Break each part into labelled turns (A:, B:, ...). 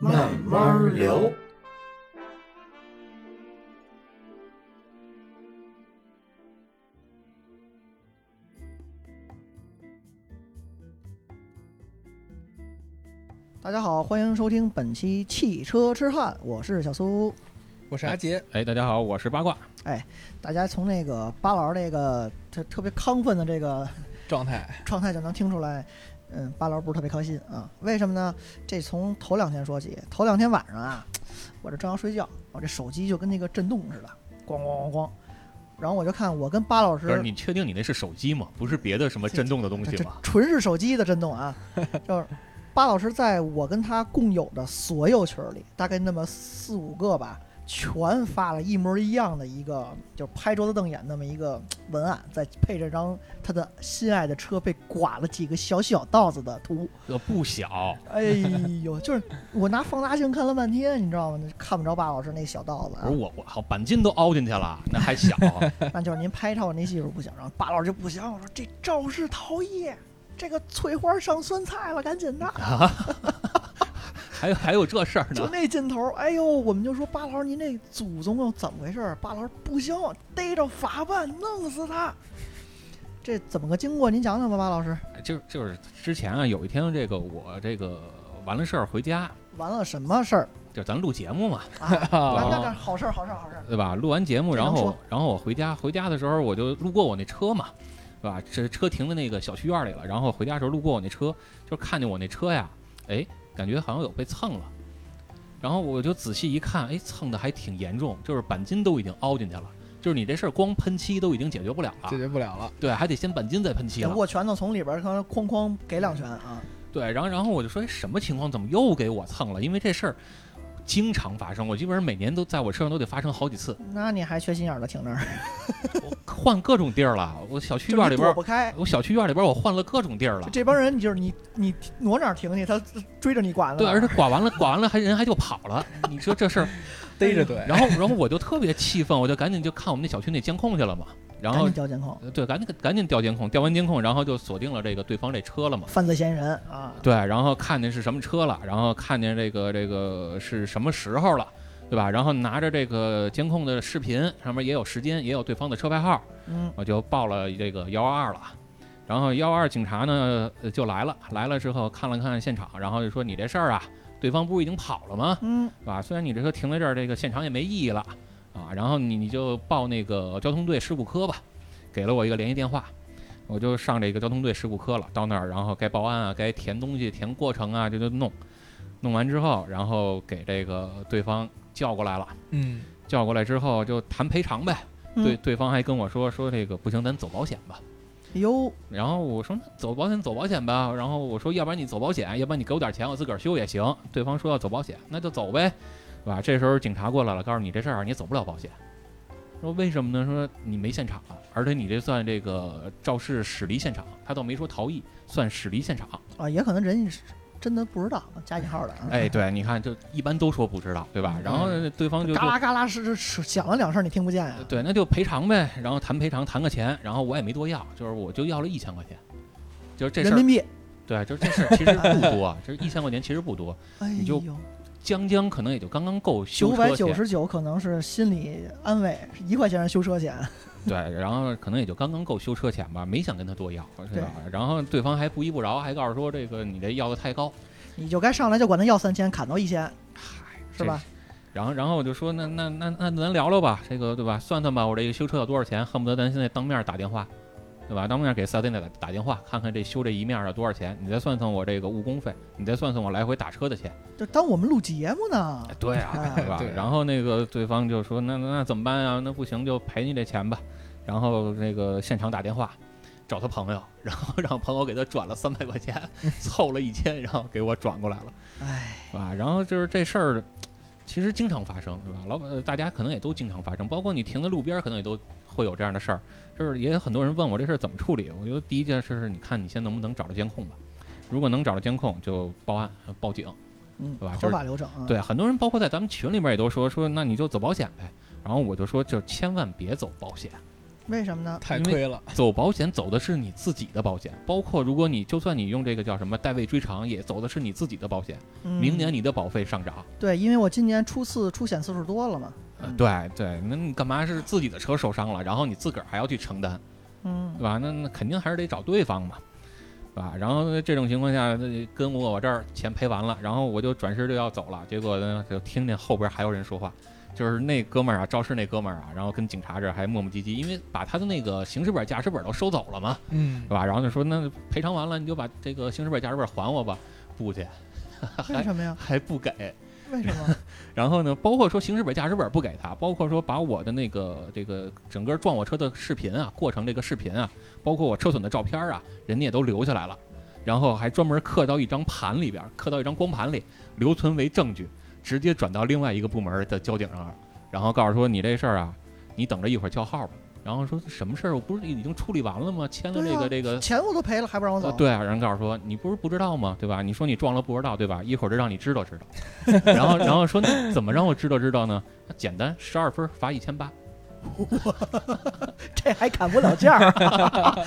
A: 慢慢聊。
B: 大家好，欢迎收听本期汽车痴汉，我是小苏。哎
C: 我是阿杰，
A: 哎，大家好，我是八卦。
B: 大家从那个巴老师这个特特别亢奋的这个
C: 状态
B: 状态就能听出来，嗯，巴劳不是特别开心啊。为什么呢？这从头两天说起，头两天晚上啊，我这正要睡觉，我这手机就跟那个震动似的，咣咣咣咣。然后我就看我跟巴老师，
A: 不是你确定你那是手机吗？不是别的什么震动的东
B: 这
A: 西
B: 这
A: 吗？
B: 纯是手机的震动啊， 就是巴老师在我跟他共有的所有群里，大概那么四五个吧，全发了一模一样的一个，就是拍桌子瞪眼那么一个文案，再配着张他的心爱的车被刮了几个小小道子的图。
A: 呃，不小，
B: 哎呦，就是我拿放大镜看了半天，你知道吗？那看不着巴老师那小道子啊
A: 不是，我，我好钣金都凹进去了，那还小？
B: 那就是您拍照那技术不行。然后巴老师就不行，我说这肇事逃逸，这个翠花上酸菜了，赶紧的。
A: 还有还有这事儿
B: 就
A: 呢？
B: 那劲头儿，哎呦，我们就说巴老师您这祖宗又怎么回事儿？巴老师不行，逮着法办弄死他。这怎么个经过？您讲讲吧，巴老师。
A: 就是就是之前啊，有一天这个我这个完了事儿回家，
B: 完了什么事儿？
A: 就咱录节目嘛，
B: 啊，
A: 哦
B: 那那好事儿，好事儿，好事儿。
A: 对吧？录完节目，
B: 这
A: 然
B: 能
A: 后
B: 说
A: 然后我回家，回家的时候我就路过我那车嘛，对吧？这车停在那个小区院里了。然后回家的时候路过我那车，就看见我那车呀，哎，感觉好像有被蹭了。然后我就仔细一看，哎，蹭的还挺严重，就是钣金都已经凹进去了。就是你这事儿光喷漆都已经解决不了
C: 解
A: 了，
C: 决不了哎了。
A: 对，还得先钣金再喷漆
B: 这
A: 了。
B: 握拳头从里边儿可能哐哐给两拳啊。
A: 对，然后然后我就说，哎，什么情况？怎么又给我蹭了？因为这事儿经常发生，我基本上每年都在我车上都得发生好几次，
B: 那你还缺心眼儿了，挺那儿，
A: 换各种地儿了。我小区
B: 就是
A: 院
B: 你
A: 里边
B: 躲不开。
A: 我小区院里边我换了各种地儿了
B: 就。这帮人，你就是你，你挪哪儿停去，他追着你管呢。
A: 对，而且刮完了，刮完了还人还就跑了，你说这事儿，
C: 逮
B: 嗯
C: 着怼，
A: 然后然后我就特别气愤，我就赶紧就看我们那小区那监控去了嘛，然
B: 赶
A: 后
B: 紧调监控，
A: 呃对，赶紧赶紧调监控，调完监控，然后就锁定了这个对方这车了嘛，
B: 犯罪嫌疑人啊。
A: 对，然后看见是什么车了，然后看见这个这个是什么时候了，对吧？然后拿着这个监控的视频，上面也有时间，也有对方的车牌号，
B: 嗯，
A: 我就报了这个幺二二了。然后幺二警察呢呃就来了，来了之后看了看现场，然后就说你这事儿啊，对方不是已经跑了吗？
B: 嗯，
A: 对吧？虽然你这车停在这儿，这个现场也没意义了啊。然后你你就报那个交通队事故科吧，给了我一个联系电话，我就上这个交通队事故科了。到那儿，然后该报案啊，该填东西、填过程啊，这就弄。弄完之后，然后给这个对方叫过来了，
C: 嗯，
A: 叫过来之后就谈赔偿呗。
B: 嗯
A: 对，对方还跟我说说这个不行，咱走保险吧。
B: 哟，
A: 然后我说那走保险走保险吧，然后我说要不然你走保险，要不然你给我点钱我自个儿修也行。对方说要走保险，那就走呗，对吧？这时候警察过来了，告诉你这事儿你走不了保险。说为什么呢？说你没现场了，啊而且你这算这个肇事驶离现场，他倒没说逃逸，算驶离现场。
B: 啊，也可能人家是真的不知道，加引号的啊。
A: 哎，对，你看就一般都说不知道，对
B: 嗯
A: 吧？然后呢对方就
B: 嘎
A: 就
B: 啦嘎啦是是是响了两声，你听不见啊呀、
A: 对，那就赔偿呗，然后谈赔偿谈个钱，然后我也没多要，就是我就要了一千块钱，就是这事
B: 人
A: 儿
B: 民，币，
A: 对，就是这事儿其实不多，这一千块钱其实不多。
B: 哎
A: 你就
B: 呦，
A: 将将可能也就刚刚够修
B: 九
A: 车
B: 百九
A: 钱，
B: 十九可能是心理安慰，一块钱是修车钱，
A: 对，然后可能也就刚刚够修车钱吧，没想跟他多要，是
B: 对
A: 吧？然后对方还不依不饶，还告诉说这个你这要的太高，
B: 你就该上来就管他要三千，砍到一千，
A: 嗨，
B: 是吧？
A: 这？然后然后我就说那那那那咱聊聊吧，这个对吧？算算吧，我这个修车要多少钱？恨不得咱现在当面打电话，对吧？当面给四 S 店打打电话，看看这修这一面要多少钱？你再算算我这个误工费，你再算算我来回打车的钱。
B: 就当我们录节目呢
A: 哎。对啊，对吧？
C: 对啊
A: 然后那个对方就啊说：“那那那怎么办呀？那不行就赔你这钱吧。”然后那个现场打电话，找他朋友，然后让朋友给他转了三百块钱，凑了一千，然后给我转过来了。
B: 哎，
A: 啊，然后就是这事儿，其实经常发生，对吧？老板，呃大家可能也都经常发生，包括你停在路边，可能也都会有这样的事儿。就是也有很多人问我这事儿怎么处理，我觉得第一件事是，你看你先能不能找到监控吧。如果能找到监控，就报案呃报警。
B: 嗯，
A: 对吧就是
B: 合法流程啊。
A: 对，很多人包括在咱们群里面也都说说，那你就走保险呗。然后我就说，就千万别走保险，
B: 为什么呢？
C: 太
A: 因为
C: 亏了，
A: 走保险走的是你自己的保险，包括如果你就算你用这个叫什么代位追偿，也走的是你自己的保险。
B: 嗯
A: 明年你的保费上涨，
B: 对，因为我今年出次出险次数多了嘛。
A: 呃
B: 嗯，
A: 对对，那你干嘛是自己的车受伤了，然后你自个儿还要去承担，
B: 嗯
A: 对吧？那那肯定还是得找对方嘛，对吧？然后这种情况下，那跟我我这儿钱赔完了，然后我就转身就要走了，结果呢就听见后边还有人说话，就是那哥们儿啊，肇事那哥们儿啊，然后跟警察这儿还磨磨唧唧，因为把他的那个行驶本、驾驶本都收走了嘛，
C: 嗯
A: 对，吧？然后就说那赔偿完了，你就把这个行驶本、驾驶本还我吧，不去，
B: 嗯为什么呀？
A: 还不给。
B: 为 什么？
A: 然后呢，包括说行驶本、驾驶本不给他，包括说把我的那个这个整个撞我车的视频啊，过程这个视频啊，包括我车损的照片啊，人家也都留下来了，然后还专门刻到一张盘里边，刻到一张光盘里，留存为证据，直接转到另外一个部门的交警那儿，然后告诉说你这事儿啊，你等着一会儿叫号吧。然后说什么事儿？我不是已经处理完了吗？签了这个、
B: 对啊
A: 这个
B: 钱我都赔了，还不让我
A: 呃
B: 走？
A: 对啊，人告诉说你不是不知道吗？对吧？你说你撞了不知道对吧？一会儿就让你知道知道。然后然后说那怎么让我知道知道呢？那简单，十二分罚一千八，
B: 这还砍不了价儿，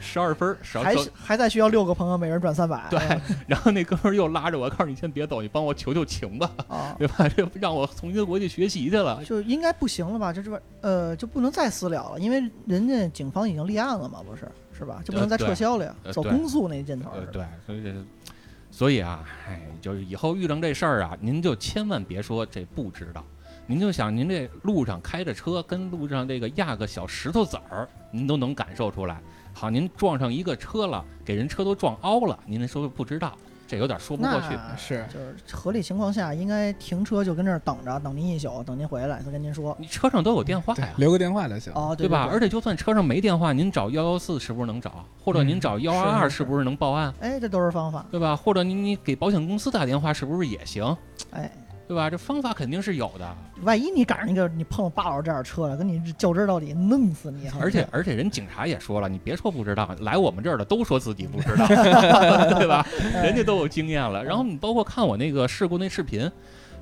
A: 十二分少
B: 还
A: 走。
B: 还在需要六个朋友每人转三百。
A: 对，然后那哥们儿又拉着我，告诉你先别走，你帮我求求情吧，
B: 啊，
A: 对吧？ 这让我重新回去学习去了。
B: 就应该不行了吧？这这边呃就不能再私了了，因为人家警方已经立案了嘛，不是是吧？就不能再撤销了呀，
A: 呃对
B: 走公诉那劲头儿
A: 呃，
B: 是。
A: 对，所以这所以啊，哎，就是以后遇上这事儿啊，您就千万别说这不知道，您就想您这路上开着车，跟路上这个压个小石头子儿，您都能感受出来。好，您撞上一个车了，给人车都撞凹了，您说不知道，这有点说不过去。
B: 那
C: 是
B: 就是合理情况下，应该停车就跟这儿等着，等您一宿，等您回来再跟您说。
A: 你车上都有电话
C: 对
A: 呀，。
C: 留个电话就行。
B: 哦，
A: 对
B: 对
A: 吧？而
B: 且
A: 且就算车上没电话，您找幺幺四是不是能找？或者您
C: 嗯
A: 找
C: 是
A: 幺二二
C: 是
A: 是不是能报案？
B: 哎，这都是方法。
A: 对吧？或者您你给保险公司打电话是不是也行？
B: 哎，
A: 对吧？这方法肯定是有的。
B: 万一你赶上一个你碰到巴老师这样的车了，跟你较真儿到底，弄死 你！
A: 而且而且人警察也说了，你别说不知道，来我们这儿的都说自己不知道，对吧？人家都有经验了。然后你包括看我那个事故那视频，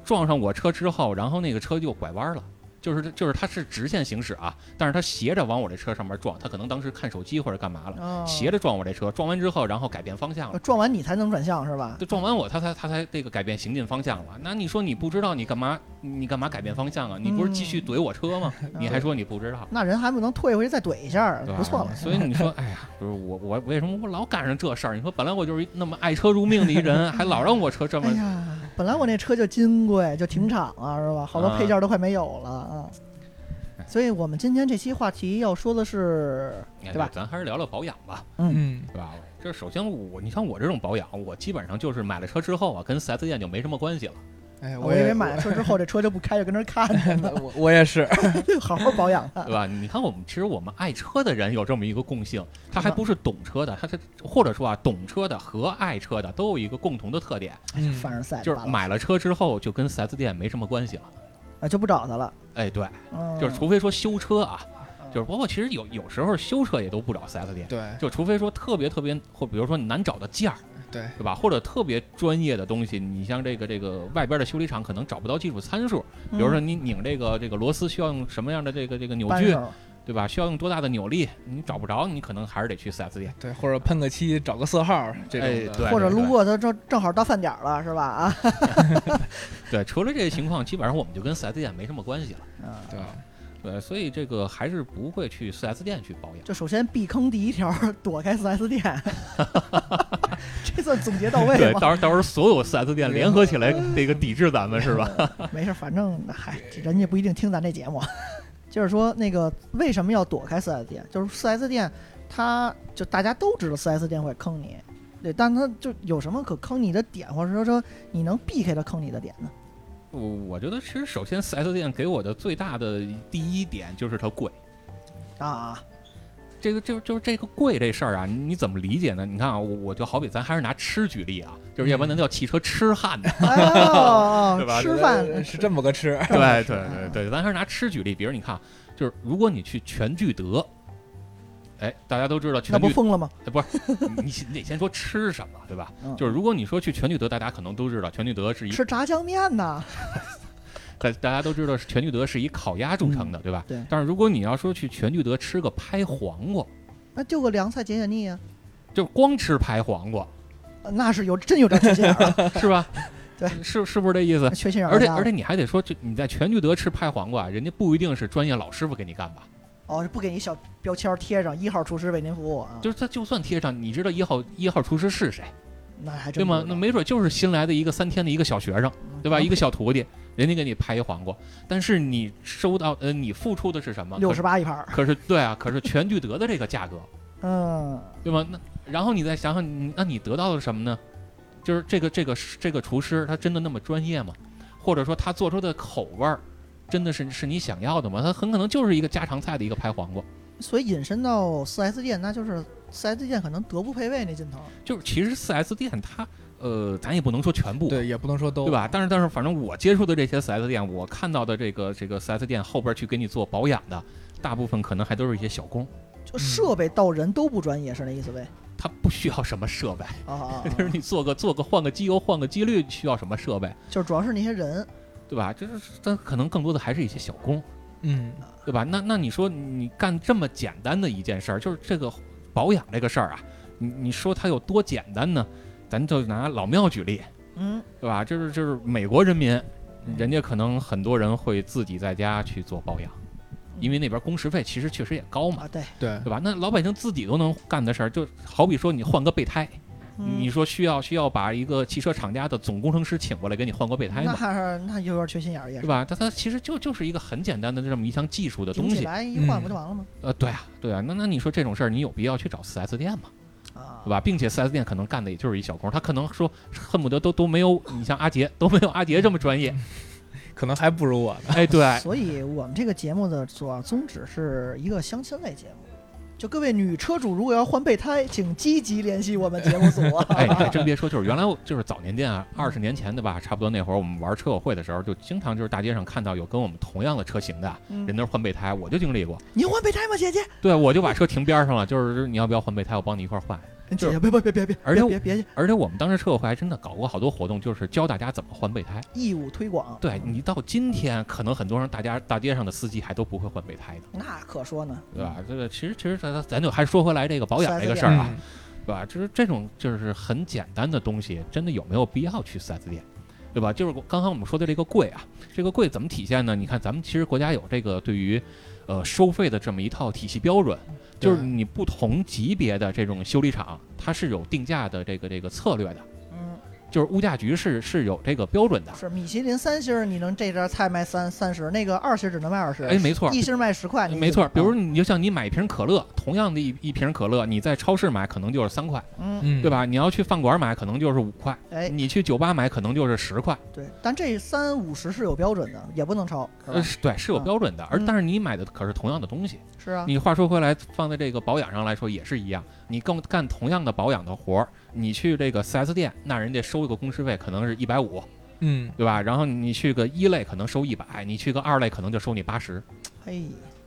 A: 撞上我车之后，然后那个车就拐弯了。就是就是，他是直线行驶啊，但是他斜着往我这车上面撞，他可能当时看手机或者干嘛了，
B: 哦
A: 斜着撞我这车，撞完之后，然后改变方向了，
B: 撞完你才能转向是吧？
A: 就撞完我，他才他才这个改变行进方向了。那你说你不知道，你干嘛你干嘛改变方向啊？你不是继续怼我车吗？你还说你不知道？
B: 那人还不能退回去再怼一下儿，
A: 对吧
B: 不错了。
A: 所以你 说，哎呀，就是我我为什么我老赶上这事儿？你说本来我就是一那么爱车如命的一人，还老让我车这么
B: 哎……呀，本来我那车就金贵，就停产了，是吧？好多配件都快没有了啊。所以我们今天这期话题要说的是，
A: 哎
B: 对吧
A: 咱还是聊聊保养吧，
C: 嗯，
A: 对吧？这首先我，你像我这种保养，我基本上就是买了车之后啊，跟 4S 店就没什么关系了。
C: 哎，
B: 啊我以
C: 也
B: 为买了车之后这车就不开，就跟那儿 看着呢，
C: 我我也是，
B: 好好保养它
A: 对。吧？你看我们，其实我们爱车的人有这么一个共性，他还
B: 是吧
A: 不是懂车的，他是或者说啊，懂车的和爱车的都有一个共同的特点，
C: 嗯
B: 凡尔赛
A: 就是买了车之后就跟 4S 店没什么关系了。
B: 啊，就不找他了。
A: 哎，对，
B: 嗯，
A: 就是除非说修车啊，就是包括其实有有时候修车也都不找 4S 店，
C: 对
A: 就除非说特别特别或比如说难找的件儿，
C: 对，
A: 对吧？或者特别专业的东西，你像这个这个外边的修理厂可能找不到技术参数，比如说你拧这个这个螺丝需要用什么样的这个这个扭
B: 嗯扳
A: 矩，
B: 手
A: 对吧？需要用多大的扭力，你找不着，你可能还是得去 4S 店。
C: 对，或者喷个漆，找个色号这种
A: 哎
C: 的，
A: 对
B: 或者路过他正正好到饭点儿了，是吧？啊，
A: 对，除了这些情况，基本上我们就跟 4S 店没什么关系了。
B: 嗯
C: 对，
A: 对，所以这个还是不会去 4S 店去保养。
B: 就首先避坑第一条，躲开 4S 店，这算总结到位
A: 对，
B: 吗？嗯
A: 到时候到时候所有 4S 店联合起来，这个抵制咱们是 吧？
B: 没事儿，反正嗨，人家不一定听咱这节目。就是说，那个为什么要躲开 4S 店？就是 4S 店，它就大家都知道 4S 店会坑你，对，但它就有什么可坑你的点，或者说说你能避开它坑你的点呢？
A: 我我觉得其实首先4 S 店给我的最大的第一点就是它贵，
B: 啊，。
A: 这个就就是这个贵这事儿啊，你你怎么理解呢？你看啊，我我就好比咱还是拿吃举例啊，就是要不然咱叫汽车痴汉呢
B: 哎 哦
A: 对吧
B: 吃饭
C: 呃是这么个吃，
A: 对对对对，咱还是拿吃举例，比如你看啊，就是如果你去全聚德，哎，大家都知道
B: 那
A: 全
B: 不
A: 聚
B: 疯了吗？
A: 哎，不是，你你先你得先说吃什么，对吧？
B: 嗯
A: 就是如果你说去全聚德，大家可能都知道全聚德是一，
B: 吃炸酱面呐，
A: 大大家都知道是全聚德是以烤鸭著称的，对吧？
B: 嗯对
A: 但是如果你要说去全聚德吃个拍黄瓜，
B: 那就个凉菜解解腻啊，
A: 就光吃拍黄瓜，
B: 呃那是有真有这缺心眼儿 啊，
A: 是吧？
B: 对
A: 是是不是这意 思？
B: 缺心眼儿啊
A: 而且
B: 大了。
A: 而且你还得说，这你在全聚德吃拍黄瓜，人家不一定是专业老师傅给你干吧？
B: 哦，不给你小标签儿贴上，一号厨师为您服务啊，
A: 就是他就算贴上，你知道一号一号厨师是谁，
B: 那还
A: 对
B: 真
A: 吗？
B: 不知
A: 那
B: 道嗯
A: 没准就是新来的一个三天的一个小学生。对吧？一个小徒弟，人家给你拍一黄瓜，但是你收到呃，你付出的是什么？
B: 六十八一盘儿，
A: 可是。可是对啊，可是全聚德的这个价格，
B: 嗯，
A: 对吗？那然后你再想想，你那你得到了什么呢？就是这个这个这个厨师他真的那么专业吗？或者说他做出的口味儿，真的是是你想要的吗？他很可能就是一个家常菜的一个拍黄瓜。
B: 所以引申到四 S 店，那就是四 S 店可能德不配位那劲头儿，
A: 就是其实四 S 店它呃，咱也不能说全部，
C: 对，也不能说都
A: 对？吧？但是但是，反正我接触的这些 4S 店，我看到的这个这个 4S 店后边去给你做保养的，大部分可能还都是一些小工，
B: 就设备到人都不专业，是那意思呗？
A: 他不需要什么设备，
B: 啊啊啊
A: 就是你做个做个换个机油换个机滤需要什么设备，
B: 就是主要是那些人，
A: 对吧？就是但可能更多的还是一些小工，
C: 嗯，
A: 对吧？那那你说你干这么简单的一件事儿，就是这个保养这个事儿啊，你你说它有多简单呢？咱就拿老庙举例，
B: 嗯，
A: 对吧？就是就是美国人民，人家可能很多人会自己在家去做保养，
B: 嗯
A: 因为那边工时费其实确实也高哦嘛，
B: 啊对，
C: 对，
A: 对吧？那老百姓自己都能干的事儿，就好比说你换个备胎，
B: 嗯
A: 你说需要需要把一个汽车厂家的总工程师请过来给你换过备胎
B: 那
A: 吗？
B: 还是那有点缺心眼儿，也
A: 对
B: 是。
A: 吧？它它其实就就是一个很简单的这么一项技术的
B: 顶
A: 东
B: 起
A: 西，
B: 来一换不就完了吗？
A: 呃，对啊，对啊，那那你说这种事儿，你有必要去找4 S 店吗？
B: 啊
A: 对，吧？并且 4S 店可能干的也就是一小工，他可能说恨不得都都没有你像阿杰都没有阿杰这么专 业，
C: 可能还不如我呢。
A: 哎，对，
B: 所以我们这个节目的主要宗旨是一个相亲类节目。就各位女车主，如果要换备胎，请积极联系我们节目组啊！
A: 哎，你还真别说，就是原来我就是早年间啊，二十年前的吧，差不多那会儿我们玩车友会的时候，就经常就是大街上看到有跟我们同样的车型的
B: 嗯
A: 人那儿换备胎，我就经历过。
B: 你要换备胎吗，姐姐？
A: 对，我就把车停边上了，就是你要不要换备胎，我帮你一块儿换。
B: 姐姐，别别别别别，
A: 而且
B: 别别别
A: 而且我们当时车友会还真的搞过好多活动，就是教大家怎么换备胎。
B: 义务推广，
A: 对你到今天，可能很多人大家大街上的司机还都不会换备胎呢，
B: 那可说呢。
A: 对吧？这个其实其实咱咱就还说回来这个保养这个事儿
C: 嗯
A: 啊，对吧？就是这种就是很简单的东西，真的有没有必要去 4S 店，对吧？就是刚刚我们说的这个贵啊，这个贵怎么体现呢？你看咱们其实国家有这个对于，呃，收费的这么一套体系标准，
C: 对
A: 就是你不同级别的这种修理厂，它是有定价的这个这个策略的，
B: 嗯，
A: 就是物价局是是有这个标准的。
B: 是米其林三星儿，你能这家菜卖三三十，那个二星儿只能卖二十，
A: 哎，没错儿。
B: 一星儿卖十块，你
A: 没错儿，比如
B: 嗯
A: 你就像你买一瓶可乐，同样的一一瓶可乐，你在超市买可能就是三块，
B: 嗯，
C: 嗯，
A: 对？吧？你要去饭馆买可能就是五块，
B: 哎，
A: 你去酒吧买可能就是十块。
B: 对，但这三五十是有标准的，也不能超，是吧
A: 呃，是对，是有
B: 嗯
A: 标准的，而
B: 嗯
A: 但是你买的可是同样的东西。
B: 是啊，
A: 你话说回来，放在这个保养上来说也是一样，你更干同样的保养的活儿，你去这个 4S 店，那人家收一个工时费可能是一百五，
C: 嗯，
A: 对吧？然后你去个一类可能收一百，你去个二类可能就收你八十。
B: 嘿，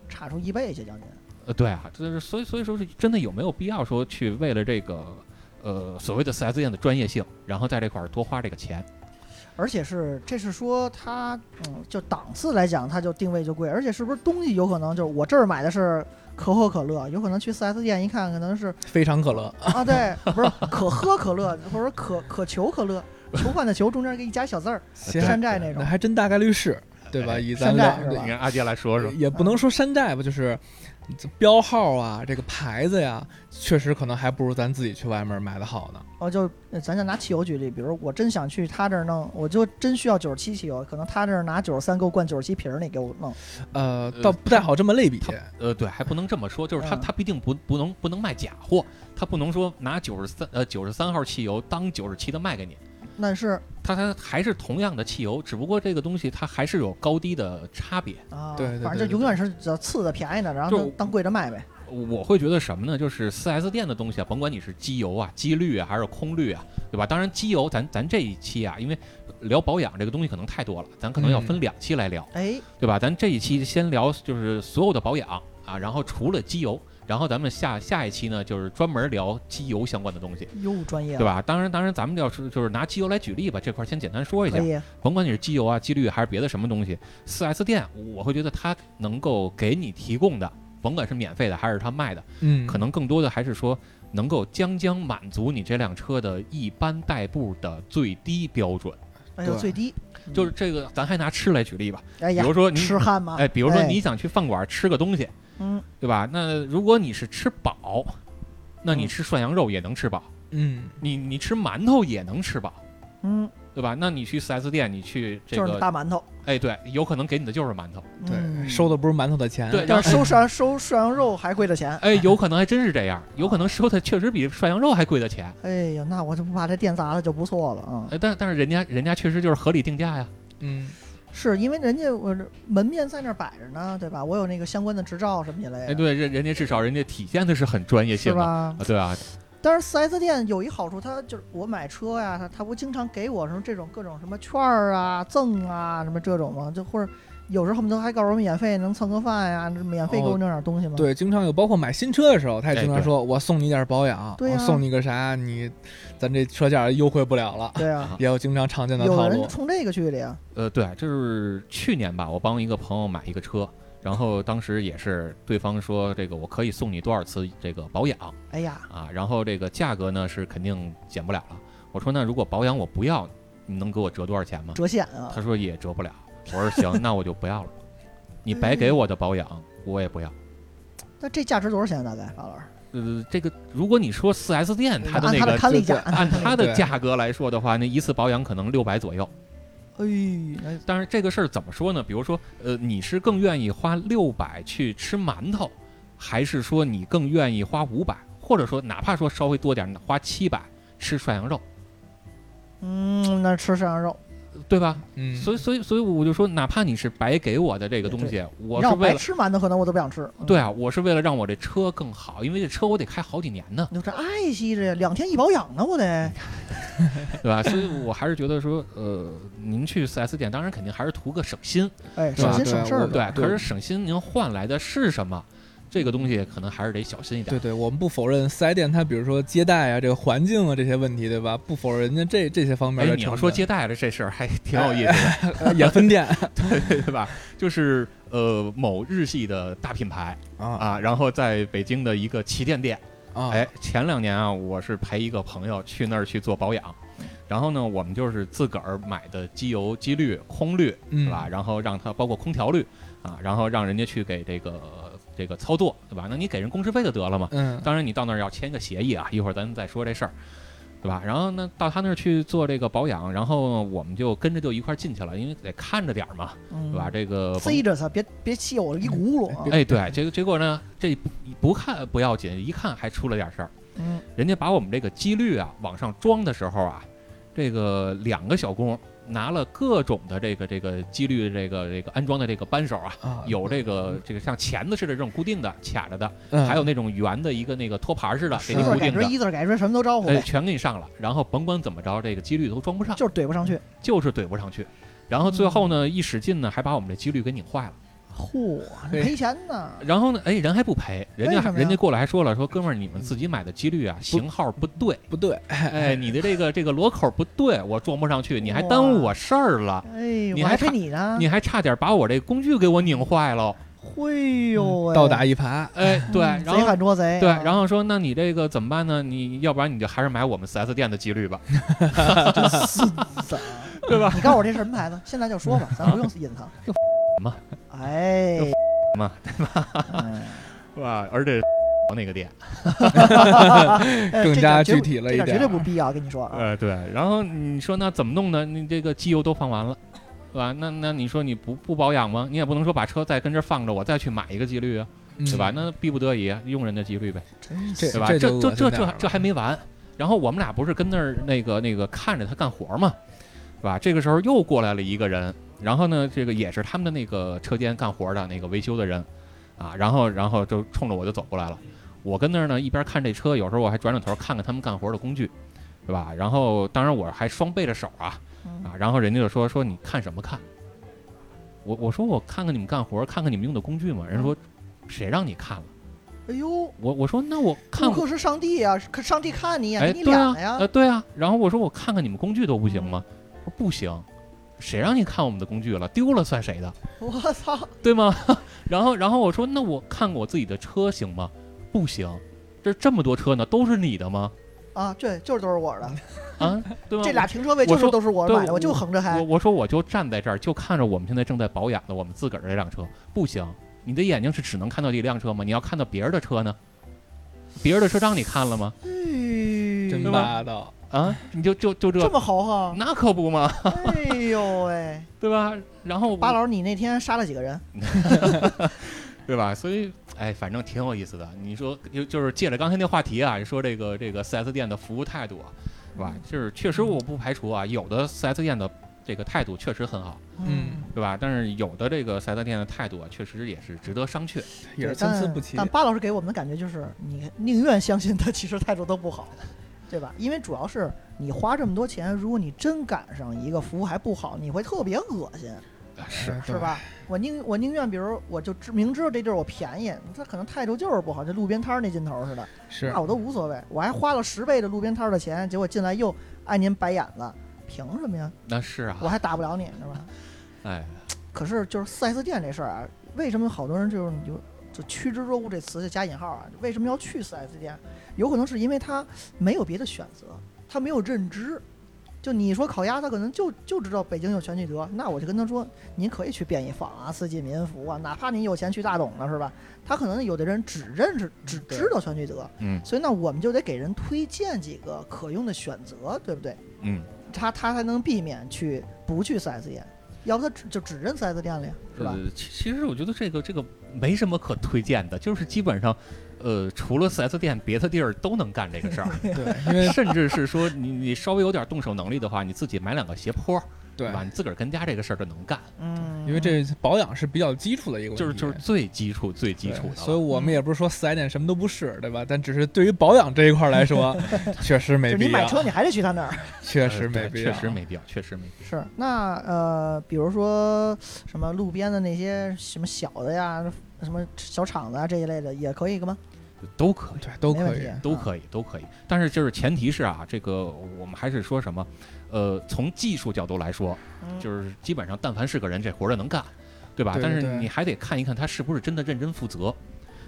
B: 差出一倍去将近。
A: 呃，对啊，就是所以所以说是真的有没有必要说去为了这个呃所谓的 4S 店的专业性，然后在这块儿多花这个钱？
B: 而且是，这是说它，嗯，就档次来讲，它就定位就贵，而且是不是东西有可能就是我这儿买的是可口可乐，有可能去4 S 店一看，可能 是
C: 非常可乐，
B: 啊，对，不是可喝可乐，或者可可求可乐，囚犯的囚中间给你加小字儿，
C: 其
B: 山
C: 实
B: 寨那种
C: 那，还真大概率是，对
A: 哎
C: 吧？以咱
B: 山寨
C: 俩
B: 是吧
A: 你？让阿杰来说说。
C: 也不能说山寨吧，就是这标号啊，这个牌子呀，确实可能还不如咱自己去外面买的好呢。
B: 哦，就呃咱就拿汽油举例，比如我真想去他这儿弄，我就真需要九十七汽油，可能他这儿拿九十三给我灌九十七瓶儿，你给我弄，
C: 呃
A: 呃，
C: 倒不太好这么类比。
A: 呃，对，还不能这么说，就是他
B: 嗯
A: 他必定不不能不能卖假货，他不能说拿九十三呃九十三号汽油当九十七的卖给你，
B: 那是
A: 他他还是同样的汽油，只不过这个东西它还是有高低的差别。
B: 啊，
C: 对对
B: 反正
C: 对对
B: 就永远是只要次的便宜的，然后
A: 就
B: 就当贵着卖呗。
A: 我会觉得什么呢？就是4 S 店的东西啊，甭管你是机油啊、机滤啊，还是空滤啊，对吧？当然，机油咱咱这一期啊，因为聊保养这个东西可能太多了，咱可能
B: 嗯
A: 要分两期来聊，
B: 哎，
A: 对吧？咱这一期先聊就是所有的保养啊，然后除了机油，然后咱们下下一期呢，就是专门聊机油相关的东西，
B: 又专业了，
A: 对？吧？当然，当然，咱们要是就是拿机油来举例吧，这块儿先简单说一下
B: 可。以，
A: 甭管你是机油啊、机滤还是别的什么东西，4 S 店我会觉得它能够给你提供的，甭管是免费的还是它卖的，
C: 嗯，
A: 可能更多的还是说能够将将满足你这辆车的一般代步的最低标准。
B: 哎呦，
C: 对
B: 最低
A: 就是这个，咱还拿吃来举例吧，
B: 哎
A: 比
B: 呀，
A: 如说你
B: 痴汉嘛，
A: 哎，比如说
B: 哎
A: 你想去饭馆吃个东西，
B: 嗯，
A: 对吧？那如果你是吃饱，那你
C: 嗯
A: 吃涮羊肉也能吃饱，
C: 嗯，
A: 你你吃馒头也能吃饱。
B: 嗯，
A: 对吧？那你去4 S 店，你去这
B: 就是
A: 个，
B: 大馒头，
A: 哎，对，有可能给你的就是 馒头，
C: 对，
B: 嗯
C: 收的不是馒嗯头的钱，
A: 对
B: 但是收涮收涮羊肉还贵的钱，
A: 哎，有可能还真是这样，有可能收的确实比涮羊肉还贵的钱，
B: 哎呀，那我就不把这店砸了就不错了啊、嗯
A: 哎，但但是人家人家确实就是合理定价呀，
C: 嗯，
B: 是因为人家我这门面在那儿摆着呢，对吧？我有那个相关的执照什么之类的，
A: 哎，对，人人家至少人家体现的是很专业
B: 是
A: 性啊，
B: 吧？
A: 啊对啊，
B: 但是4 S 店有一好处，它就是我买车呀，它它不经常给我什么这种各种什么券儿啊、赠啊什么这种吗？就或者有时候恨不得还告诉我免费能蹭个饭呀，免费给我
C: 哦
B: 弄点东西吗？
C: 对，经常有，包括买新车的时候，他也
A: 哎
C: 经常
A: 对
C: 说，我送你点保养，
B: 对呀啊
C: 我送你个啥，你咱这车价优惠不了了，
B: 对啊，
C: 也有经常常见的
B: 有
C: 套
B: 的人
C: 路
B: 就，冲这个去的呀。
A: 呃，对，就是去年吧，我帮一个朋友买一个车，然后当时也是对方说这个我可以送你多少次这个保养
B: 哎呀，
A: 啊，然后这个价格呢是肯定减不了了，我说那如果保养我不要，你能给我折多少钱吗？
B: 折现啊
A: 他！说也折不了，我说行，那我就不要了，你白给我的保养我也不要。
B: 那这价值多少钱？啊大概法老师？
A: 呃，这个如果你说4 S 店它的
B: 按
A: 那
B: 它的
A: 个
B: 看例价
A: 对对按 它的
C: 对
A: 价格来说的话，那一次保养可能六百左右。
B: 哎，那
A: 但是这个事儿怎么说呢？比如说，呃，你是更愿意花六百去吃馒头，还是说你更愿意花五百，或者说哪怕说稍微多点儿，花七百吃涮羊肉，
B: 嗯，那吃涮羊肉，
A: 对吧？
C: 嗯，
A: 所以，所以，所以我就说，哪怕你是白给我的这个东西，我
B: 让
A: 是
B: 我
A: 为
B: 白
A: 了
B: 吃馒头，可能我都不想吃。嗯
A: 对，啊，我是为了让我这车更好，因为这车我得开好几年呢。
B: 嗯你这爱惜着呀，两天一保养呢，我
A: 嗯
B: 得。
A: 对吧？所以我还是觉得说，呃，您去4 S 店，当然肯定还是图个省心，
B: 哎，
C: 对
B: 省
C: 吧
B: 心
C: 对
B: 省事儿
C: 我
B: 的。
A: 对。可是省心，您换来的是什么？这个东西可能还是得小心一点
C: 对。对，我们不否认四 S 店它比如说接待啊、这个环境啊这些问题，对吧？不否认人家这这些方
A: 哎，
C: 面的成本。
A: 你要说接啊待的这事儿还挺有意思的，
C: 呃也 分店
A: 对吧？就是呃，某日系的大品牌
C: 啊
A: 啊，然后在北京的一个旗舰店，
C: 啊，
A: 哎，前两年啊，我是陪一个朋友去那儿去做保养，然后呢，我们就是自个儿买的机油、机滤、空滤，
C: 嗯
A: 是吧？然后让他包括空调滤啊，然后让人家去给这个这个操作，对吧？那你给人工时费就得了嘛。
C: 嗯
A: 当然，你到那儿要签个协议啊，一会儿咱们再说这事儿，对吧？然后呢，到他那儿去做这个保养，然后我们就跟着就一块儿进去了，因为得看着点儿嘛，
B: 嗯
A: 对吧？这个甭
B: 塞着它，别别气我一轱辘啊。
A: 哎，对，结结果呢，这不不看不要紧，一看还出了点事儿。
B: 嗯，
A: 人家把我们这个机滤啊往上装的时候啊，这个两个小工拿了各种的这个这个机滤的这个这个安装的这个扳手啊，
C: 啊，
A: 有这个这个像钳子似的这种固定的卡着的，
C: 嗯
A: 还有那种圆的一个那个托盘似的给
B: 十
A: 你
B: 字
A: 固
B: 改
A: 定
B: 锥，
A: 的，
B: 一字改锥，什么都招呼
A: 哎，
B: 呗，
A: 全给你上了。然后甭管怎么着，这个机滤都装不上，
B: 就是嗯怼不上去。
A: 就是怼不上去。然后最后呢，一使劲呢，还把我们这机滤给拧坏了。
B: 嚯，
C: 对
B: 赔钱呢！
A: 然后呢，哎，人还不赔，人
B: 为
A: 家
B: 什么呀
A: 人家过来还说了，说哥们儿，你们自己买的机滤啊，型号不对，
C: 不对，
A: 哎，你的这 个这个螺口不对，我装不上去，你还耽误我事儿了，
B: 哎，
A: 你
B: 我
A: 还
B: 赔
A: 差
B: 你呢，
A: 你还差点把我这工具给我拧坏了，
B: 会呦喂，
C: 倒打一耙，
A: 哎，对，
B: 嗯
A: 嗯然
B: 贼
A: 后
B: 喊捉贼啊，
A: 对，然后说，那你这个怎么办呢？你要不然你就还是买我们4 S 店的机滤吧，
B: 孙子，
A: 对吧？
B: 你告诉我这是什么牌子？现在就说 吧，咱不用隐藏。就
A: 嘛，
B: 哎，
A: 嘛，
B: 对吧？
A: 是吧？而且那个店，
B: 哎
C: 更
B: 这点
C: 加
B: 绝
C: 具
B: 不
C: 体了一
B: 这绝对
C: 点
B: 不必要跟你说啊。
A: 呃，对，然后你说那怎么弄呢？你这个机油都放完了。是吧？那那你说你不不保养吗？你也不能说把车再跟这儿放着，我再去买一个机滤啊。对吧？
C: 嗯
A: 那逼不得已啊用人家几率呗，
B: 真
C: 这
B: 是
A: 对吧？
C: 这
A: 这这这
C: 就恶心点
A: 这
C: 儿
A: 这还没完，然后我们俩不是跟那儿那个那个看着他干活嘛，是吧？这个时候又过来了一个人，然后呢，这个也是他们的那个车间干活的那个维修的人，啊，然后然后就冲着我就走过来了。我跟那儿呢，一边看这车，有时候我还转转头看看他们干活的工具，对吧？然后当然我还双背着手啊
B: 嗯
A: 啊，然后人家就说说你看什么看？我我说我看看你们干活，看看你们用的工具嘛。人说谁让你看了？
B: 哎呦，
A: 我我说那我看
B: 顾客是上帝呀、可上帝看你呀、
A: 哎，
B: 你
A: 对
B: 俩
A: 啊，
B: 呀、嗯
A: 呃，对啊。然后我说我看看你们工具都不行吗？我说不行，谁让你看我们的工具了？丢了算谁的，
B: 我操，
A: 对吗？ 然后然后我说那我看我自己的车行吗？不行，这这么多车呢，都是你的吗？
B: 啊，对，就是都是我 的，
A: 啊，对吗？
B: 这俩停车位
A: 我
B: 就是
A: 说
B: 都是我
A: 对
B: 买的，
A: 我
B: 我就横着
A: 我
B: 开。哎
A: 我说我就站在这儿，就看着我们现在正在保养的我们自个儿这辆车，不行，你的眼睛是只能看到这辆车吗？你要看到别人的车呢？别人的车让你看了吗？
B: 真
C: 真
A: 对吧
C: 霸道。
A: 啊，你就就就这，
B: 这么 豪横，
A: 那可不嘛，
B: 哎呦喂！
A: 对吧？然后
B: 巴老，你那天杀了几个人？
A: 对吧？所以，哎，反正挺有意思的。你说，就就是借着刚才那话题啊，你说这个这个 4S 店的服务态度啊，是吧？就是确实我不排除啊，有的 4S 店的这个态度确实很好，
C: 嗯，
A: 对吧？但是有的这个 4S 店的态度啊，确实也是值得商榷。
C: 也
B: 对
C: 是参差
B: 但
C: 不齐。
B: 但巴老师给我们的感觉就是，你宁愿相信他其实态度都不好，对吧？因为主要是你花这么多钱，如果你真赶上一个服务还不好，你会特别恶心，
C: 啊是
B: 是？吧？我宁我宁愿，比如我就知明知道这地儿我便宜，他可能态度就是不好，就路边摊儿那劲头似的，
C: 对是
B: 那我都无所谓，我还花了十倍的路边摊儿的钱，结果进来又碍您白眼了，凭什么呀？
A: 那是
B: 我
A: 啊，
B: 还打不了你是吧？
A: 哎，
B: 可是就是四 S 店这事儿啊，为什么好多人就是你就就趋之若鹜这词就加引号啊？为什么要去四 S 店？有可能是因为他没有别的选择，他没有认知。就你说烤鸭，他可能就就知道北京有全聚德，那我就跟他说，您可以去便宜坊啊、四季民福啊，哪怕您有钱去大董了，是吧？他可能有的人只认识、只
C: 对
B: 知道全聚德，
A: 嗯
B: 所以那我们就得给人推荐几个可用的选择，对不对？
A: 嗯，
B: 他他才能避免去不去四 S 店，要不他只就只认四 S 店了呀，是吧？
A: 呃，其其实我觉得这个这个没什么可推荐的，就是基本上，呃，除了 4S 店，别的地儿都能干这个 事儿，
C: 对，因为
A: 甚至是说你你稍微有点动手能力的话，你自己买两个斜坡，
C: 对
A: 对，吧？你自个儿跟家这个事儿就能干。
B: 嗯，
C: 因为这保养是比较基础的一个问题，
A: 就是就是最基础最基
C: 对
A: 础的了，
C: 所以我
B: 嗯
C: 们也不是说四 S 店什么都不是，对吧？但只是对于保养这一块 来说，确实
B: 就
C: 没
B: 是你
C: 必
B: 买
C: 要，
B: 车你还得去他那儿。
C: 确
A: 呃
C: 实
A: 对
C: 没必要，
A: 确实没必要，确实没必
B: 是，那呃，比如说什么路边的那些什么小的呀，什么小厂子啊这一类的也可以吗？
A: 要，都可以，
C: 对，都
B: 没
C: 可
B: 问
C: 以
B: 题。，啊
A: 都可以，都可以。但是就是前提是啊，这个我们还是说什么，呃，从技术角度来说，
B: 嗯
A: 就是基本上但凡是个人，这活儿就能干。对吧？
C: 对
A: 但
C: 对
A: 是你还得看一看他是不是真的认真负责。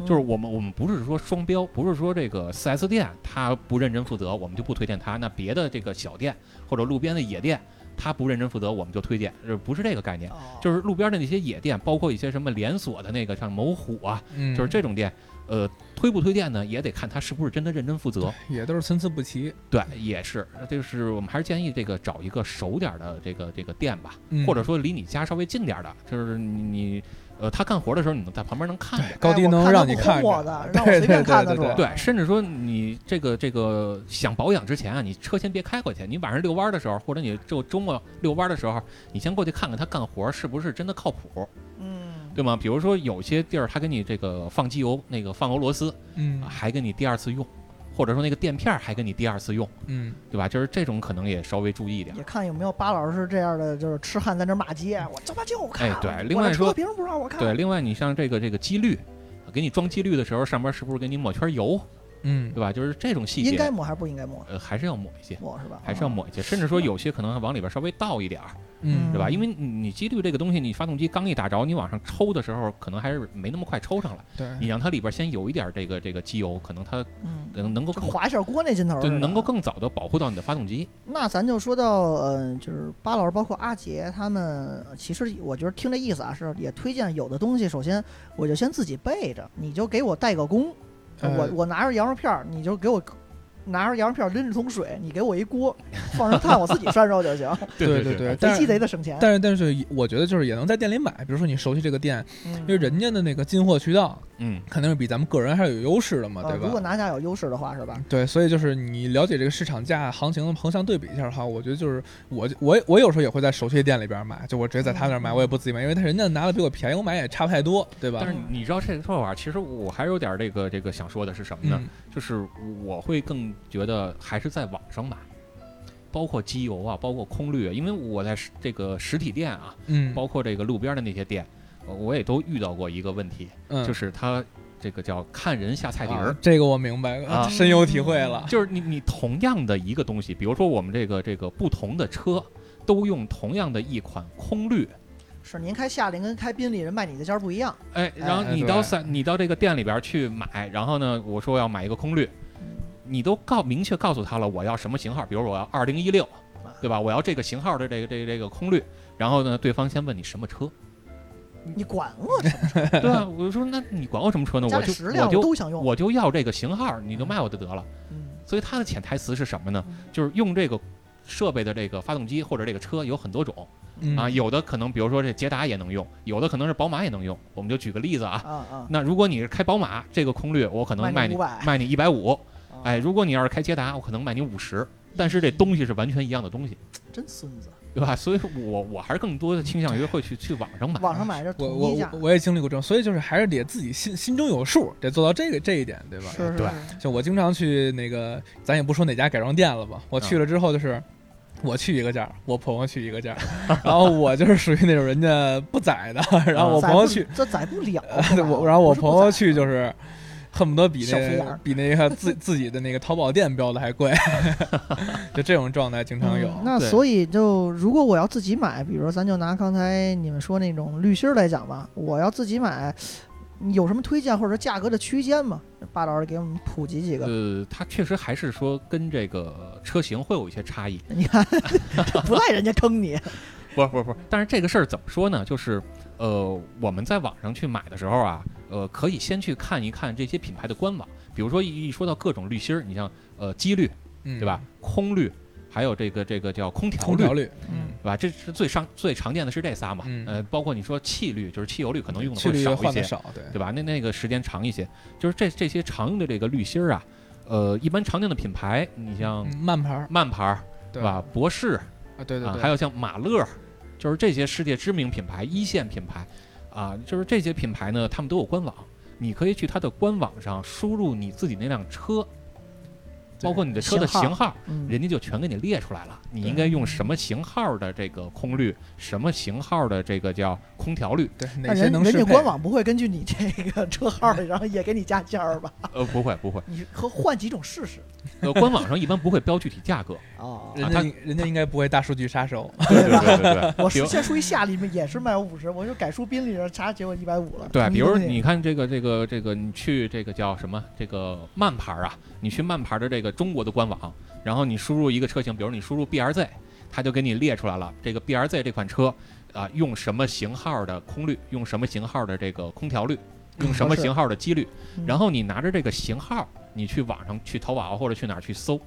A: 就是我们我们不是说双标，不是说这个 4S 店他不认真负责，我们就不推荐他。那别的这个小店或者路边的野店，他不认真负责，我们就推荐，呃，不是这个概念。
B: 哦
A: 就是路边的那些野店，包括一些什么连锁的那个，像某虎啊，
C: 嗯，
A: 就是这种店，呃，推不推荐呢，也得看他是不是真的认真负责。
C: 也都是参差不齐，
A: 对，也是，就是我们还是建议这个找一个熟点儿的这个这个店吧，
C: 嗯
A: 或者说离你家稍微近点儿的，就是你你呃他干活的时候，你能在旁边能看见。
C: 高低能让你
B: 哎我看他不哄我
C: 着对
B: 的让我随便看得
C: 对对对
B: 住
C: 对
A: 对，甚至说你这个这个想保养之前啊，你车先别开过去，你晚上遛弯儿的时候，或者你就周末遛弯儿的时候，你先过去看看他干活是不是真的靠谱。
B: 嗯，
A: 对吗？比如说有些地儿他给你这个放机油，那个放俄罗斯，
C: 嗯
A: 还给你第二次用，或者说那个垫片儿还给你第二次用，
C: 嗯，
A: 对吧？就是这种可能也稍微注意一点
B: 也。看有没有巴老师这样的，就是痴汉在那骂街，我他妈就看
A: 哎
B: 了，
A: 对另
B: 我
A: 外
B: 的车
A: 说
B: 凭什么不让我看？
A: 对，另外你像这个这个机滤，啊给你装机滤的时候，上边是不是给你抹圈油，
C: 嗯
A: 对吧？就是这种细节，
B: 应该抹还是哦不应该抹？
A: 呃还是要抹一些，
B: 抹是吧？
A: 还是要抹一些，甚至说有些可能还往里边稍微倒一点儿，
C: 嗯
A: 对吧？
B: 嗯
A: 因为你你机滤这个东西，你发动机刚一打着，你往上抽的时候，可能还是没那么快抽上来，
C: 对，
A: 你让它里边先有一点儿这个这个机油，可能它
B: 嗯，
A: 能能够
B: 就
A: 更
B: 划一下锅那劲头儿
A: 对，
B: 似的，
A: 能够更早的保护到你的发动机。
B: 那咱就说到，嗯、就是巴老师，包括阿杰他们，其实我觉得听这意思啊，是也推荐有的东西，首先我就先自己备着，你就给我代个工，
A: 哎
C: 呃
B: 我我拿着羊肉片儿，你就给我拿着羊肉片拎着桶水，你给我一锅，放上炭，我自己涮肉就行，
C: 对
A: 对
C: 对，哎
B: 贼
C: 但
B: 鸡贼
C: 是
B: 的省钱。
C: 但是但是也，我觉得就是也能在店里买，比如说你熟悉这个店，
B: 嗯
C: 因为人家的那个进货渠道
A: 嗯，
C: 肯定是比咱们个人还是有优势的嘛，
B: 呃
C: 对
B: 如果
C: 吧？
B: 拿下有优势的话，是
A: 嗯
B: 吧？
C: 对，所以就是你了解这个市场价行情横向对比一下的话，我觉得就是我我也我有时候也会在熟悉的店里边买，就我直接在他那儿买，我也不自己买，因为他人家拿的比我便宜，我买也差不太多，对吧？
A: 嗯但是你知道这个说法，其实我还有点这个这个想说的是什么呢？
C: 嗯
A: 就是我会更觉得还是在网上买，包括机油啊，包括空滤啊，因为我在实这个实体店啊，
C: 嗯，
A: 包括这个路边的那些店，呃我也都遇到过一个问题，
C: 嗯
A: 就是他这个叫看人下菜碟儿
C: 啊。这个我明白
A: 啊
C: 深有体会 了。
A: 就是你你同样的一个东西，比如说我们这个这个不同的车，都用同样的一款空滤，
B: 是您开夏令跟开宾利人卖你的价儿不一样，
A: 哎，然后
C: 哎
A: 你
C: 对
A: 到三你到这个店里边儿去买，然后呢，我说我要买一个空滤，你都告明确告诉他了，我要什么型号，比如我要二零一六，对吧？我要这个型号的这个这个这个空滤，然后呢，对方先问你什么车，
B: 你管我什么？
A: 对吧？我就说嗯那你管我什么车呢？
B: 家
A: 我
B: 里
A: 就
B: 十
A: 我
B: 辆我
A: 就
B: 都想用。
A: 我就要这个型号，你就卖我就得了。
B: 嗯
A: 所以它的潜台词是什么呢？就是用这个设备的这个发动机或者这个车有很多种
C: 嗯
A: 啊，有的可能比如说这捷达也能用，有的可能是宝马也能用。我们就举个例子啊，
B: 啊啊，
A: 那如果你是开宝马，这个空滤我可能
B: 卖
A: 卖
B: 你
A: 你
B: 500
A: 卖你一百五，
B: 啊
A: 哎，，如果你要是开捷达，我可能卖你五十，但是这东西是完全一样的东西，
B: 真孙子，
A: 对吧？所以我我还是更多的倾向于会去去网上买。
B: 网上买这
C: 我
B: 统
C: 我
B: 一价
C: 我，我也经历过这种，所以就是还是得自己心心中有数，得做到这个这一点，对吧？
B: 是是
A: 对
B: 是
C: 就我经常去那个，咱也不说哪家改装店了吧，我
B: 嗯
C: 去了之后就是。我去一个价儿，我朋友去一个价儿， 然后我就是属于那种人家不宰的， 然后我朋友去，，
B: 啊宰不这宰不了
C: 对我然后我朋友去就是是恨不得比
B: 小肥眼
C: 那
B: 儿
C: 比那个自自己的那个淘宝店标的还贵， 就这种状态经
B: 吧
C: 常有。
B: 嗯那
A: 对
B: 所以就如果我要自己买，比如说咱就拿刚才你们说那种滤芯儿来讲吧，我要自己买，有什么推荐或者价格的区间吗？巴老师给我们普及几个。
A: 呃，它确实还是说跟这个车型会有一些差异，
B: 你看， 不赖人家坑你，
A: 不是不是不是，但是这个事儿怎么说呢？就是呃，我们在网上去买的时候啊，呃，可以先去看一看这些品牌的官网，比如说一一说到各种滤芯儿，你像呃机滤
C: 嗯，
A: 对吧？？空滤，还有这个这个叫空调
C: 空
A: 滤
C: 调，率，嗯，
A: 对吧？这是最常最常见的是这仨嘛。
C: 嗯
A: 呃，包括你说汽滤，就是汽油滤，可能用的
C: 去
A: 会
C: 率
A: 少一
C: 换的
A: 些，
C: 少，对。
A: 对吧？那那个时间长一些，就是这这些常用的这个滤芯儿啊，呃，一般常见的品牌，你像
C: 嗯慢牌儿，
A: 曼牌儿，
C: 对
A: 吧？博士
C: 啊，对对
A: 啊，
C: 对，
A: 还有像马勒，就是这些世界知名品牌、一线品牌啊，就是这些品牌呢，他们都有官网，你可以去它的官网上输入你自己那辆车，包括你的车的
B: 型号
A: 型号，
B: 嗯，
A: 人家就全给你列出来了，你
C: 对
A: 应该用什么型号的这个空滤，什么型号的这个叫空调滤。
C: 对
B: 那
C: 哪
B: 嗯
C: 些
B: 人
C: 能
B: 人家
C: 适配
B: 官网不会根据你这个车号，然后也给你加价儿吧？
C: 嗯
A: 呃，不会不会，
B: 你可换几种试试
A: 呃，官网上一般不会标具体价格。
B: 哦
C: 人
A: 啊他
C: 家应人家应该不会大数据杀手，
A: 对对对对对，
B: 我
A: 比如
B: 是先说一夏利也是卖我五十，我就改出宾利了，查结果一百五了。
A: 对，
B: 同一
A: 比如
B: 东西
A: 你看这个这个这个，你去这个叫什么这个慢牌啊，你去慢牌的这个中国的官网，然后你输入一个车型，比如你输入 BRZ，它就给你列出来了这个 BRZ 这款车啊、用什么型号的空滤，用什么型号的这个空调滤，用什么型号的机滤，
B: 嗯
A: 然后你拿着这个型号，你去网上去淘宝或者去哪儿去搜，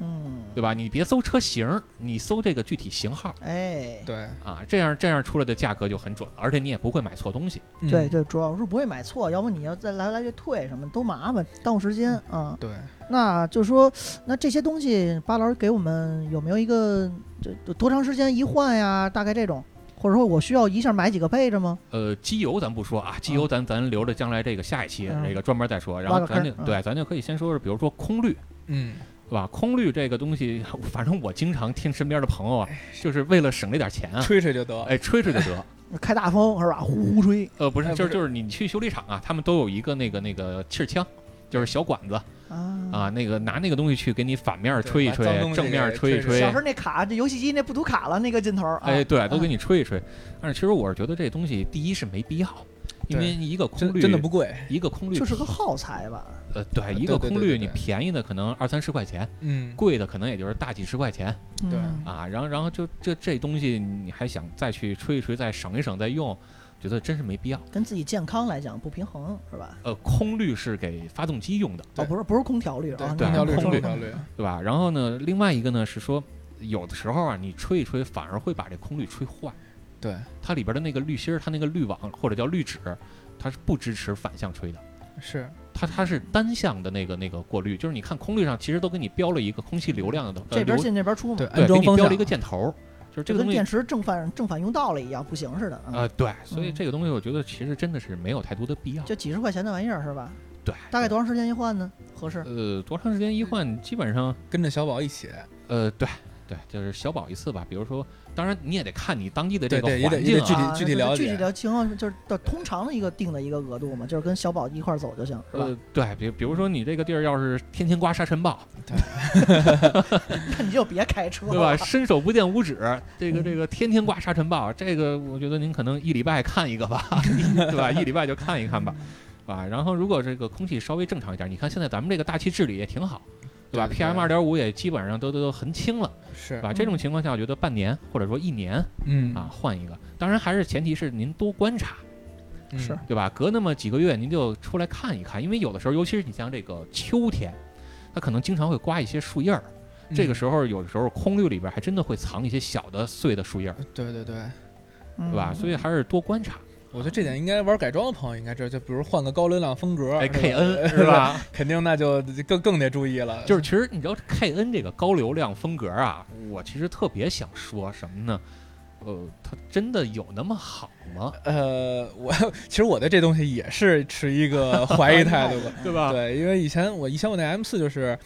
B: 嗯，
A: 对吧？你别搜车型，你搜这个具体型号
B: 哎，
C: 对
A: 啊，这样这样出来的价格就很准了，而且你也不会买错东西。
C: 嗯
B: 对对，主要是不会买错，要不你要再来来去退什么都麻烦，耽误时间
A: 嗯
B: 啊。
C: 对，
B: 那就说，那这些东西，巴老师给我们有没有一个这这多长时间一换呀？大概这种，或者说我需要一下买几个配置吗？
A: 呃，机油咱不说啊，机油咱咱留着将来这个下一期
B: 嗯
A: 这个专门再说。然
B: 挖
A: 后
B: 个
A: 咱就
B: 坑儿嗯
A: 对，咱就可以先说说，比如说空滤，
C: 嗯，
A: 对吧？空滤这个东西，反正我经常听身边的朋友啊，就是为了省这点钱啊，
C: 吹吹就得，
A: 哎，吹吹就得。
B: 开大风是吧？呼呼吹
A: 呃，不是，
C: 哎
A: 就是
C: 不是
A: 就是你去修理厂啊，他们都有一个那个那个气儿枪。就是小管子
B: 啊！
A: 啊，那个拿那个东西去给你反面吹一
C: 对把脏
A: 吹，
C: 东西
A: 正面
C: 给
A: 吹一
C: 吹
A: 吹
B: 小时，候那卡，这游戏机那不读卡了那个劲头儿，啊
A: 哎，对，都给你吹一吹。但是其实我是觉得这东西，第一是没必要，因为
C: 对
A: 一个空
C: 真
A: 滤
C: 真的不贵，
A: 一个空滤
B: 就是个耗材吧。
A: 呃，对，一
C: 啊对
A: 个
C: 对
A: 空
C: 对
A: 滤
C: 对
A: 你
C: 对
A: 便宜的可能二三十块钱，
C: 嗯，
A: 贵的可能也就是大几十块钱啊
C: 对
B: 嗯
A: 啊。然后，然后就这这东西你还想再去吹一吹，再省一省再用，觉得真是没必要。
B: 跟自己健康来讲不平衡是吧？
A: 呃，空滤是给发动机用的，
B: 哦，
C: 对
B: 不是不是空调滤啊，
C: 对，
B: 你看
C: 空调滤，
B: 说
C: 空
B: 了
C: 调
B: 半
C: 滤，
A: 对吧？然后呢，另外一个呢是说，有的时候啊，你吹一吹，反而会把这空滤吹坏。
C: 对，
A: 它里边的那个滤芯儿，它那个滤网或者叫滤纸，它是不支持反向吹的。
C: 是
A: 它它是单向的那个那个过滤，就是你看空滤上其实都给你标了一个空气流量的，呃
B: 这
A: 流
B: 边进这边出嘛
C: 对，，
A: 对，
C: 安
A: 给
C: 装
A: 你
C: 方
A: 标
C: 向
A: 了一个箭头，就是这
B: 就
A: 个东
B: 跟
A: 西
B: 电池正反正反用道了一样，不行似的。嗯
A: 呃，对，所以
B: 嗯
A: 这个东西我觉得其实真的是没有太多的必要。
B: 就几十块钱的玩意儿是吧？
A: 对，
B: 大概多长时间一换呢？合适？
A: 呃多长时间一换？基本上
C: 跟着小宝一起，
A: 呃对对，就是小保一次吧。比如说，当然你也得看你当地的这
C: 对
A: 个
C: 对，也得
A: 环
C: 也
A: 境
C: 得具
A: 啊，
C: 体
B: 啊
C: 具
B: 就是
C: 体了
B: 具体
C: 解，
B: 的情况就是的通常的一个定的一个额度嘛，就是跟小宝一块儿走就行，是吧？
A: 呃对，比比如说你这个地儿要是天天刮沙尘暴，
B: 那 你就别开 车了，
A: 对吧？伸手不见五指，这个这
C: 嗯
A: 个天天刮沙尘暴，这个我觉得您可能一礼拜看一个吧， 对吧？一礼拜就看一看吧，
C: 嗯
A: 啊。然后如果这个空气稍微正常一点，你看现在咱们这个大气治理也挺好，对吧
C: 对对
A: ？PM 二点五也基本上都都都很轻了，
C: 是
A: 对，吧？这种情况下，我觉得半年或者说一年
C: 嗯
A: 啊，换一个，当然还是前提是您多观察，
C: 嗯
B: 是
A: 对吧？隔那么几个月您就出来看一看，因为有的时候，尤其是你像这个秋天，它可能经常会刮一些树叶儿。
C: 嗯
A: 这个时候，有的时候空滤里边还真的会藏一些小的碎的树叶儿，
C: 嗯对对对，
B: 嗯
A: 对吧？所以还是多观察。
C: 我觉得这点应该玩改装的朋友应该知道，就比如换个高流量风格
A: 哎
C: 是吧
A: ，K N 是吧？
C: 肯定那就更更得注意了，
A: 就是其实你知道 K N 这个高流量风格啊，我其实特别想说什么呢？呃，它真的有那么好吗？
C: 呃，我其实我对这东西也是持一个怀疑态 度吧，
A: 对吧？
C: 对，因为以前我以前我那 M 四就是，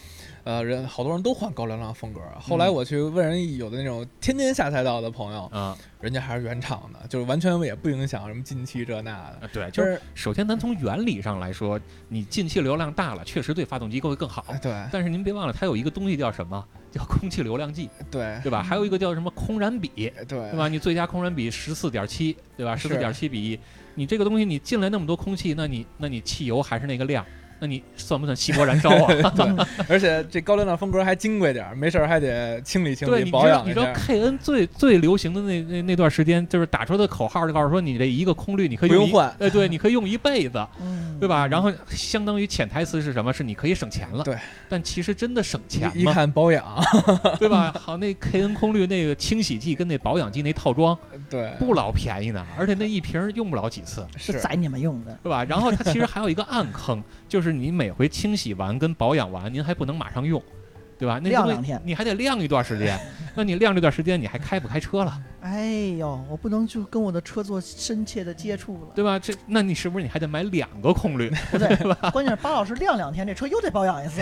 C: 呃，人好多人都换高流量风格，后来
A: 嗯
C: 我去问人有的那种天天下赛道的朋友，
A: 啊、
C: 人家还是原厂的，就是完全也不影响什么近期这那的，
A: 啊对，就是
C: 是
A: 首先咱从原理上来说，你进气流量大了，确实对发动机会更好。
C: 哎对
A: 但是您别忘了，它有一个东西叫什么？叫空气流量计，
C: 对
A: 对吧？还有一个叫什么空燃比，
C: 对
A: 对吧？你最佳空燃比十四点七，对吧？
C: 是
A: 十四点七比一，你这个东西你进来那么多空气，那你那你汽油还是那个量，那你算不算熄火燃烧 啊？
C: 而且这高流量风格还金贵点儿，没事儿还得清理清
A: 对，
C: 理
A: 你
C: 保
A: 知道
C: 养
A: 你
C: 一
A: 知道
C: 下。
A: K N 最最流行的那那那段时间，就是打出的口号就告诉说，你这一个空滤你可以
C: 不用
A: 一
C: 换
A: 呃，对，你可以用一辈子，
B: 嗯，
A: 对吧？然后相当于潜台词是什么？是你可以省钱了。
C: 对，
A: 但其实真的省钱
C: 一一
A: 吗？
C: 看保 养，
A: 对吧？好，那 K N 空滤那个清洗剂跟那保养剂那套装
C: 对，
A: 不老便宜呢，而且那一瓶儿用不了几次，
B: 是
C: 是
B: 宰你们用的，
A: 对 吧？然后它其实还有一个暗坑， 就是你每回清洗完跟保养完，您还不能马上用。对吧？那
B: 晾
A: 东西
B: 两天
A: 你还得晾一段时 间。那你晾这段时间，你还开不开车了？
B: 哎呦，我不能就跟我的车做深切的接触了，
A: 对吧？这那你是不是你还得买两个空 滤？
B: 不对，关键是巴老师晾两天，这车又得保养一 次。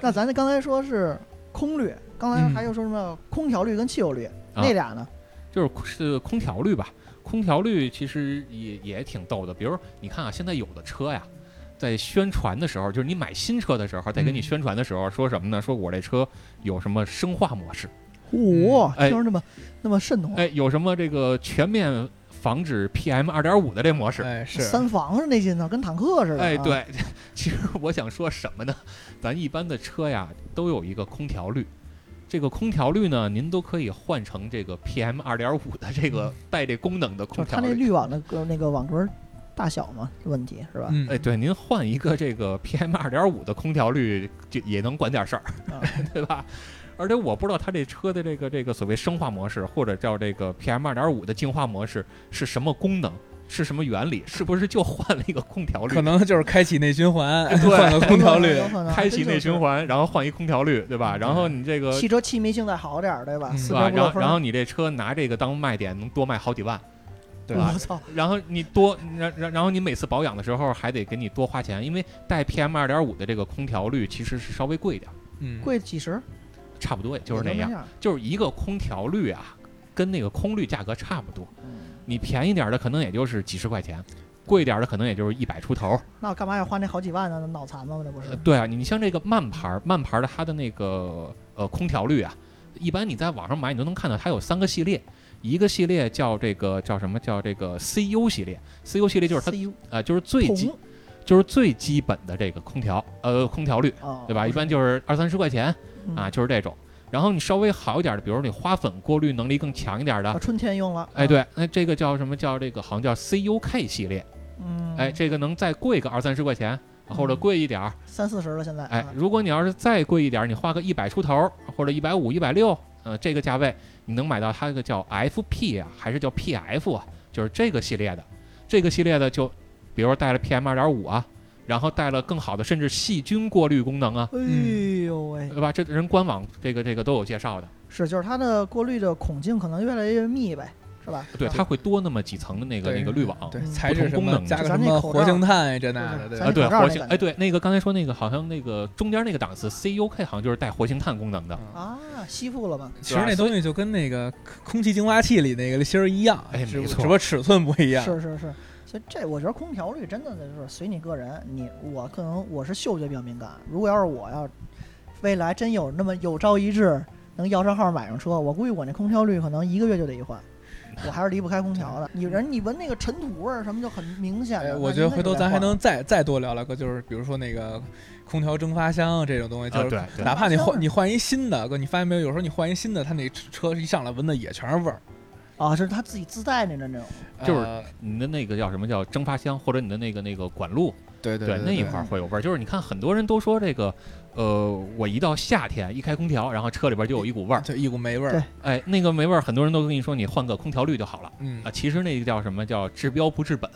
B: 那咱刚才说是空滤，刚
A: 嗯
B: 才还有说什么空调滤跟汽油滤，
A: 啊
B: 那俩呢？
A: 就是空是空调滤吧？空调滤其实也也挺逗的。比如你看啊，现在有的车呀，在宣传的时候，就是你买新车的时候，在给你
C: 嗯
A: 宣传的时候、说什么呢？说我这车有什么生化模式，
B: 哇、
A: 哎
B: 哦听着那么那么瘆得慌。
A: 哎，有什么这个全面防止 PM 二点五的这模式。
C: 哎是
B: 三防是那劲头，跟坦克似的。
A: 哎，
B: 啊，
A: 对， 其实我想说什么呢？咱一般的车呀，都有一个空调滤。这个空调滤呢，您都可以换成这个 PM 二点五的这个带这功能的
B: 嗯就
A: 空
B: 是它
A: 调
B: 那
A: 滤。
B: 滤网的呃那个网格大小嘛问题是吧？
C: 嗯
A: 哎，对，您换一个这个 PM 二点五的空调滤，就也能管点事儿
B: 啊，
A: 对吧？而且我不知道它这车的这个这个所谓生化模式，或者叫这个 PM 二点五的净化模式是什么功能，是什么原理，是不是就换了一个空调滤
C: 可，能就是开启内循环，
A: 对
C: 换个空调 滤
B: 有，可能
A: 开启内循。
B: 真
A: 环，然后换一空调滤，对吧？然后你这个
B: 就是汽车气密性再好点儿，对吧？
C: 嗯
B: 四
A: 对
B: 点
A: 吧？
B: 五
A: 然
B: 六
A: 后
B: 分。
A: 然后你这车拿这个当卖点，能多卖好几万，对吧
B: 我？操，
A: 然后你多，然然然后你每次保养的时候还得给你多花钱，因为带 PM 二点五的这个空调滤其实是稍微贵点儿，
C: 嗯，
B: 贵几十，
A: 差不多也就是
B: 也
A: 那
B: 就那
A: 样，
B: 样。
A: 就是一个空调滤啊，跟那个空滤价格差不多，
B: 嗯
A: 你便宜点儿的可能也就是几十块钱。贵点儿的可能也就是一百出头，
B: 那我干嘛要花那好几万呢？脑残吗？这不
A: 呃
B: 是？
A: 对啊，你你像这个慢牌儿，慢牌儿的它的那个呃空调滤啊，一般你在网上买你都能看到，它有三个系列，一个系列叫这个叫什么叫这个 CU 系列，CU 系列就是它
B: CU
A: 呃就是最基
B: 铜
A: 就是最基本的这个空调呃空调滤，
B: 啊，
A: 对吧？一般就是二三十块钱
B: 嗯
A: 啊，就是这种。然后你稍微好一点的，比如说你花粉过滤能力更强一点
B: 啊
A: 的，
B: 春天用了，
A: 哎，，对，那这个叫什么叫这个好像叫 CUK 系列，
B: 嗯，
A: 哎，这个能再贵个二三十块钱。或者
B: 嗯
A: 贵一点儿，
B: 三四十了现在，
A: 哎
B: 啊，
A: 如果你要是再贵一点儿，你花个一百出头儿或者一百五、一百六，呃，这个价位你能买到它这个叫 FP 啊，还是叫 PF 啊？就是这个系列的，这个系列的就，比如说带了 PM 二点五啊，然后带了更好的甚至细菌过滤功能啊，
B: 哎呦喂，
A: 对吧？这人官网这个这个都有介绍的，
B: 是就是它的过滤的孔径可能越来越密呗，是吧？
A: 对，它会多那么几层的那个
C: 对
A: 那个滤网。
C: 对
B: 嗯
C: 材质
A: 不
C: 什
A: 同功
C: 么
A: 能
C: 加个
B: 咱
C: 什
B: 那
C: 么
B: 口
C: 活
B: 罩
C: 性炭这那
B: 就是
C: 的，对
B: 咱
A: 啊，
C: 吧？
A: 对，
B: 口罩那
A: 活性，
B: 感
A: 哎，对，那个刚才说那个好像那个中间那个档次 CUK 好像就是带活性炭功能的，
C: 嗯
B: 啊，吸附了嘛，
C: 其实那东西就跟那个空气净化器里那个芯儿一样，
A: 哎
C: 只
A: 没
C: 不
A: 错
C: 只不过尺寸不一样。
B: 是是是。所以这我觉得空调滤真的就是随你个人，你我可能我是嗅觉比较敏感，如果要是我要未来真有那么有朝一日能摇上号买上车，我估计我那空调滤可能一个月就得 一换。我还是离不开空调的，你人你闻那个尘土味儿什么就很明显
C: 哎，
B: 的。
C: 我
B: 那
C: 觉得
B: 应该
C: 回头
B: 就
C: 咱还
B: 换了
C: 能再再多聊聊个，就是比如说那个空调蒸发箱啊这种东西，
A: 啊
C: 就，是
A: 对对，
C: 哪怕你
B: 蒸发箱
C: 换你换一新的，哥，你发现没有？有时候你换一新的，它那车一上来闻的也全是味儿，
B: 啊，是他自己自带那种那种。
A: 就是
C: 呃
A: 你的那个叫什么叫蒸发箱，或者你的那个那个管路，
C: 对对
A: 那一块儿会有味儿。就是你看很多人都说这个，呃，我一到夏天一开空调，然后车里边就有一股味儿，
C: 对一股霉味
B: 对
C: 儿。
A: 哎，那个没味儿，很多人都跟你说你换个空调滤就好了。
C: 嗯
A: 啊，，其实那个叫什么叫治标不治本，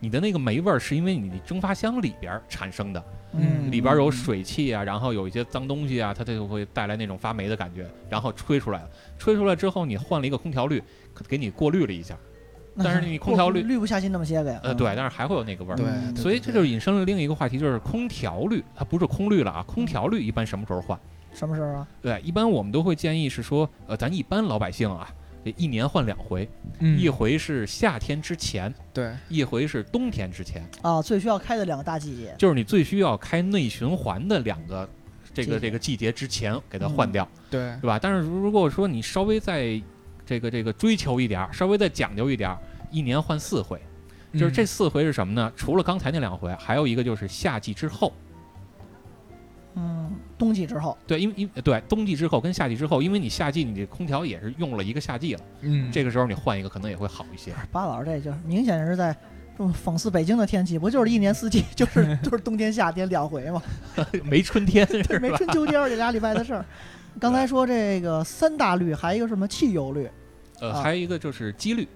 A: 你的那个霉味儿是因为你蒸发箱里边儿产生的，
C: 嗯
A: 里边有水汽啊，然后有一些脏东西啊，它就会带来那种发霉的感觉，然后吹出来了。吹出来之后，你换了一个空调滤，可给你过滤了一下，
B: 嗯那
A: 但是你空调滤
B: 滤不下去那么些个呀。
A: 呃，
B: 嗯
A: 对，但是还会有那个味儿。
C: 对
B: 嗯，
A: 所以这就是引申了另一个话题，就是空调滤，它不是空滤了啊，空调滤一般什么时候换？
B: 什么时候啊？
A: 对，一般我们都会建议是说，呃，咱一般老百姓啊，一年换两回，一
C: 一
A: 回是夏天之前，
C: 嗯对
A: 一回是冬天之前，
B: 啊，最需要开的两个大季节，
A: 就是你最需要开内循环的两个这
B: 季节
A: 个这个季节之前给
C: 嗯
A: 它换掉。
C: 对
A: 对吧？但是如果说你稍微再这个这个追求一点儿，稍微再讲究一点儿，一年换四回，
C: 嗯
A: 就是这四回是什么呢？除了刚才那两回，还有一个就是夏季之后，
B: 嗯，冬季之后，
A: 对，因为因对冬季之后跟夏季之后，因为你夏季你这空调也是用了一个夏季了，
C: 嗯
A: 这个时候你换一个可能也会好一些。
B: 巴哎老师这就是明显是在。这么讽刺北京的天气，不就是一年四季，就是 就是冬天夏天两回吗？
A: 没春天
B: 这
A: 是
B: 没
A: 吧？
B: 春秋天啊儿这俩礼拜的事 儿。刚才说这个三大滤，还有一个什么汽油滤、
A: 呃，
B: 啊
A: 还有一个就是机滤，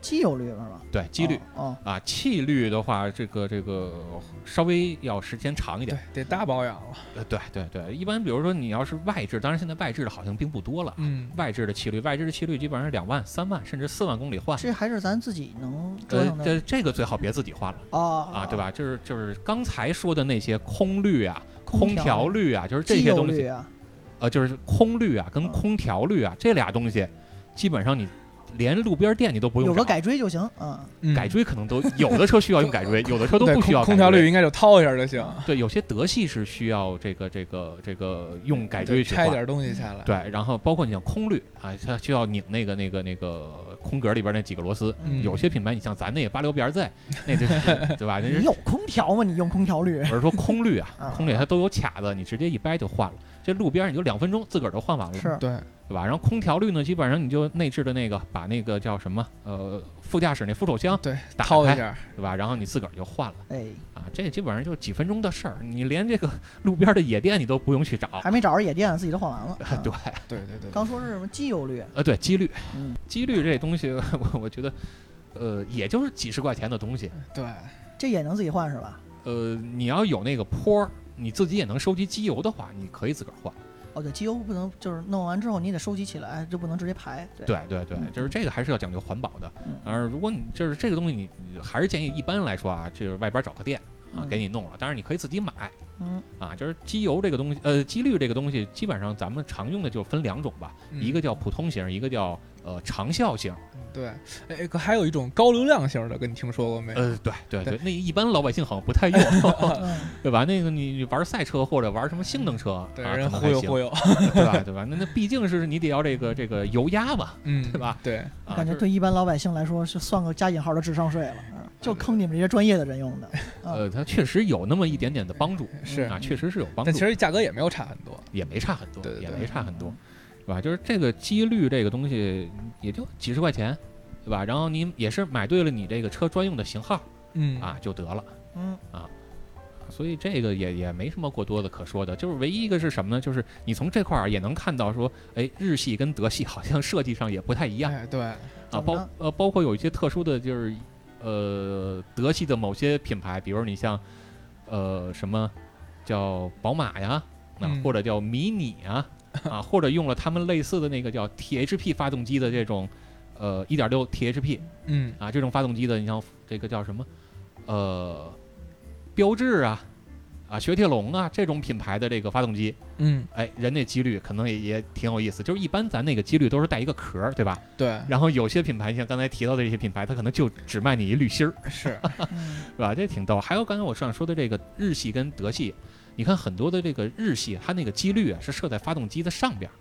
B: 机油滤是吧？
A: 对，机滤。
B: 哦，
A: 啊，气滤的话，这个这个稍微要时间长一点
C: 对。得大保养了。
A: 呃，对对对，一般比如说你要是外置，当然现在外置的好像并不多了啊，
C: 嗯，
A: 外置的气滤，外置的气滤基本上两万、三万甚至四万公里
B: 哦
A: 换。
B: 这还是咱自己能折
A: 呃
B: 腾，的
A: 这这个最好别自己换了
B: 哦
A: 啊，对？吧？就是就是刚才说的那些空滤啊、
B: 空
A: 空
B: 调
A: 调滤啊，就是这
B: 机
A: 些
B: 油
A: 东
B: 滤
A: 西，
B: 啊，
A: 呃，就是空滤啊跟
B: 嗯
A: 空调滤啊这俩东西，基本上你连路边店你都不用
B: 有个
A: 找
B: 改锥就行。嗯，
C: 嗯
A: 改锥可能都有的车需要用改锥，有的车都
C: 对
A: 不需要
C: 空空
A: 改
C: 调
A: 锥
C: 滤应该就掏一下就行，
A: 对，有些德系是需要这个这个这个用改锥
C: 对
A: 去
C: 拆
A: 换。
C: 点东西下来。
A: 对，然后包括你像空滤啊，它需要拧那个那个那个空格里边那几个螺丝，
C: 嗯
A: 有些品牌，你像咱那也八六 B R Z，那就是 对吧？那
B: 你
A: 是
B: 有空调吗？你用空调滤
A: 我是说空滤啊
B: 啊，
A: 空滤它都有卡子，你直接一掰就换了。这路边你就两分钟，自个儿都换完了，
B: 是
C: 对，
A: 对吧？然后空调滤呢，基本上你就内置的那个，把那个叫什么呃副驾驶那扶手箱，
C: 对，
A: 打
C: 掏
A: 开
C: 一 下，
A: 对吧？然后你自个儿就换了
B: 哎，
A: 啊，这基本上就几分钟的事儿，你连这个路边的野店你都不用去找。
B: 还没找着野店，自己都换完了。嗯
A: 对，
C: 对对对，
B: 刚说是什么机油滤，
A: 呃，对，几率
B: 嗯，
A: 几率这东西， 我我觉得，呃，也就是几十块钱的东西。
B: 嗯
C: 对，
B: 这也能自己换是吧？
A: 呃，你要有那个坡儿，你自己也能收集机油的话，你可以自个儿换。
B: 哦，对，机油不能就是弄完之后你得收集起来，就不能直接排。对，
A: 对对对
B: 嗯，
A: 就是这个还是要讲究环保的
B: 嗯。
A: 而如果你就是这个东西你，你还是建议一般来说啊，就是外边找个店啊
B: 嗯
A: 给你弄了，当然你可以自己买
B: 嗯，
A: 啊。就是机油这个东西，呃，机滤这个东西，基本上咱们常用的就分两种吧，
C: 嗯
A: 一个叫普通型，一个叫呃长效型。
C: 对，哎，可还有一种高流量型的，跟你听说过没？
A: 呃，对对对，那一般老百姓好像不太用。
B: 嗯
A: 对吧？那个你你玩赛车或者玩什么性能车，
C: 对，
A: 啊，可
C: 人
A: 能
C: 忽
A: 还
C: 悠
A: 行，
C: 忽 悠，
A: 对吧？对吧？那那毕竟是你得要这个这个油压嘛，
C: 嗯，
A: 对吧？
C: 对，
A: 啊，
B: 感觉
A: 就是
B: 对一般老百姓来说是算个加引号的智商税了。嗯就坑你们这些专业的人用 的。
A: 呃，它确实有那么一点点的帮助，
C: 是
A: 啊，确实是有帮助，
C: 但其实价格也没有差很多。
A: 也没差很多，
C: 对对
A: 也
C: 对
A: 没差很多，是吧？就是这个几率这个东西也就几十块钱，对吧？然后你也是买对了你这个车专用的型号
C: 嗯
A: 啊，就得了。
B: 嗯，
A: 所以这个也也没什么过多的可说的，就是唯一一个是什么呢？就是你从这块儿也能看到说，哎，日系跟德系好像设计上也不太一样
C: 哎，对，
A: 啊，
B: 怎么
A: 包
B: 呢
A: 呃包括有一些特殊的就是，呃，德系的某些品牌，比如你像，呃，什么叫宝马呀，啊
C: 嗯，
A: 或者叫迷你啊，啊，或者用了他们类似的那个叫 THP 发动机的这种，呃，1.6 THP
C: 嗯
A: 啊，这种发动机的，你像这个叫什么，呃，标致啊，啊，雪铁龙啊这种品牌的这个发动机，
C: 嗯，
A: 哎，人那几率可能也也挺有意思。就是一般咱那个几率都是带一个壳儿，对吧？
C: 对，
A: 然后有些品牌像刚才提到的这些品牌，它可能就只卖你一滤芯儿，
C: 是，
B: 嗯
A: 是吧？这挺逗。还有刚才我上说的这个日系跟德系，你看很多的这个日系，它那个几率啊是设在发动机的上边儿，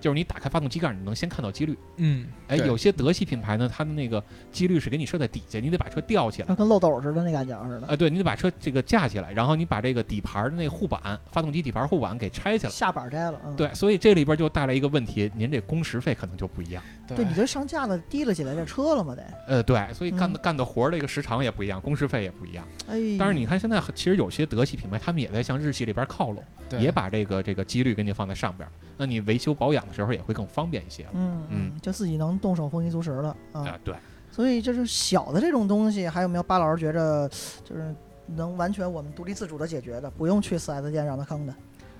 A: 就是你打开发动机盖儿，你能先看到几率。
C: 嗯，
A: 哎，
C: 对
A: 有些德系品牌呢，它的那个几率是给你设在底下，你得把车吊起来
B: 它。跟漏斗似的那感觉似的，
A: 哎，对，你得把车这个架起来，然后你把这个底盘儿的那护板，发动机底盘儿护板给拆起来。
B: 下板摘了。嗯，
A: 对，所以这里边就带来一个问题，您这工时费可能就不一样。
C: 对
B: 对，你这上架了，提了起来这车了嘛得。
A: 呃，对，所以干的、
B: 嗯
A: 干的活儿这个时长也不一样，工时费也不一样。
B: 哎，
A: 但是你看现在很其实有些德系品牌，他们也在向日系这边靠拢，
C: 对
A: 也把这个这个几率给你放在上边儿，那你维修保养的时候也会更方便一些了。
B: 嗯
A: 嗯
B: 嗯，就自己能动手丰衣足食了啊。
A: 啊，对，
B: 所以就是小的这种东西，还有没有巴老师觉着就是能完全我们独立自主的解决的，不用去 4S 店让他坑的？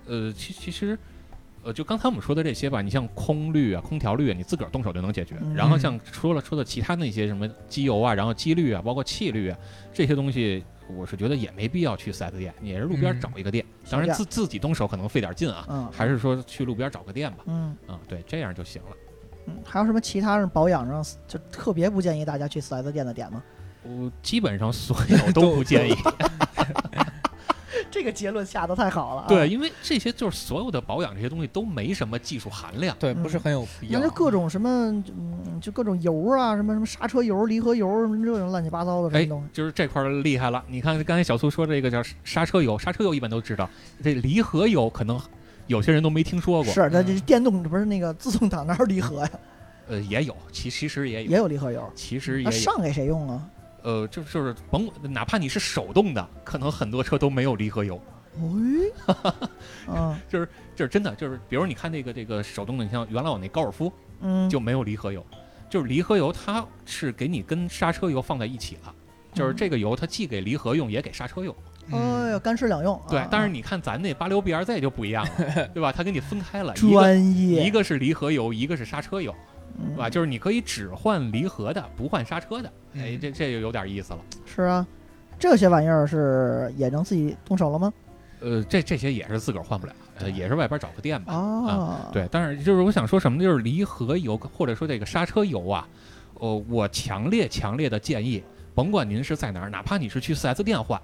A: 呃，其其实，呃，就刚才我们说的这些吧，你像空滤啊、空调滤啊，你自个儿动手就能解决。
B: 嗯
A: 然后像说了说的其他那些什么机油啊，然后机滤啊，包括气滤啊这些东西，我是觉得也没必要去 4S 店，你也是路边
C: 嗯
A: 找一个店。当然
B: 店
A: 自自己动手可能费点劲啊，
B: 嗯
A: 还是说去路边找个店吧。
B: 嗯
A: 啊、对，这样就行了。
B: 嗯，还有什么其他人保养上就特别不建议大家去 4S 店的点吗？
A: 我基本上所有都不建议。
B: 这个结论下的太好了、啊。
A: 对，，因为这些就是所有的保养这些东西都没什么技术含量。
C: 对，不是很有必
B: 那
C: 要。
B: 就各种什么，嗯，就各种油啊，什么什么刹车油、离合油，什么这种乱七八糟的什
A: 哎
B: 么东西。，
A: 就是这块儿厉害了。你看刚才小苏说这个叫刹车油，刹车油一般都知道，这离合油可能有些人都没听说过。
B: 是，它这电动不是那个自动挡哪有离合呀？
A: 呃，也有，其其实也有，
B: 也有离合油，
A: 其实
B: 那
A: 也有。
B: 上给谁用啊？
A: 呃，就是就是甭哪怕你是手动的，可能很多车都没有离合油。
B: 哎， 嗯
A: 就是真的，就是比如你看这个这个手动的，你像原来我那高尔夫
B: 嗯，
A: 就没有离合油，就是离合油它是给你跟刹车油放在一起了。就是这个油，它既给离合用，也给刹车用。
B: 哎呦，
C: 嗯，
B: 干湿两用。
A: 对
B: 啊，
A: 但是你看咱那八六 B R Z 就不一样了，对吧？它给你分开了，一个
B: 专业嗯
A: 一个是离合油，一个是刹车油，对吧？就是你可以只换离合的，不换刹车的。哎，
C: 嗯
A: 这这就有点意思了。
B: 是啊，这些玩意儿是也能自己动手了吗？
A: 呃，这这些也是自个儿换不了，呃，也是外边找个店吧。
B: 啊，，
A: 对，但是就是我想说什么呢，就是离合油或者说这个刹车油啊，呃，我强烈强烈的建议，甭管您是在哪儿，哪怕你是去 4S 店换，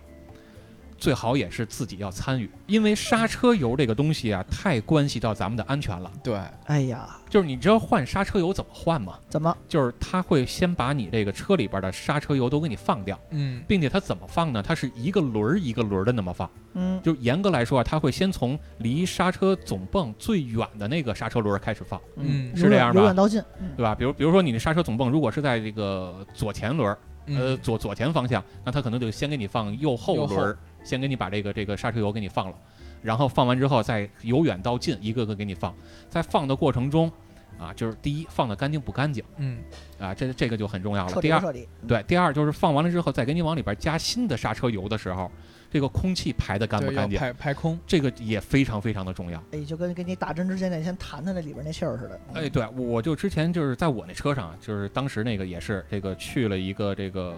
A: 最好也是自己要参与，因为刹车油这个东西啊，太关系到咱们的安全了。
C: 对，
B: 哎呀，
A: 就是你知道换刹车油怎么换吗？
B: 怎么？
A: 就是它会先把你这个车里边的刹车油都给你放掉，
C: 嗯
A: 并且它怎么放呢？它是一个轮儿一个轮儿的那么放。
B: 嗯，
A: 就严格来说啊，它会先从离刹车总泵最远的那个刹车轮儿开始放，
C: 嗯
A: 是这样吧
B: 由远到近，嗯
A: 对吧？比如比如说你的刹车总泵如果是在这个左前轮儿，呃
C: 嗯
A: 左左前方向，那它可能就先给你放右后
C: 右后
A: 轮儿，先给你把这个这个刹车油给你放了，然后放完之后再由远到近一个个给你放，在放的过程中啊，就是第一放的干净不干净
C: 嗯
A: 啊，这这个就很重要了。
B: 彻
A: 第
B: 底
A: 二
B: 不，彻底。嗯，
A: 对，第二就是放完了之后，再给你往里边加新的刹车油的时候，这个空气排的干不
C: 对，要
A: 干净，
C: 排排空，
A: 这个也非常非常的重要。
B: 哎，就跟跟你打针之前得先弹弹那里边那气儿似的。嗯
A: 哎，，对，我就之前就是在我那车上啊，就是当时那个也是这个去了一个这个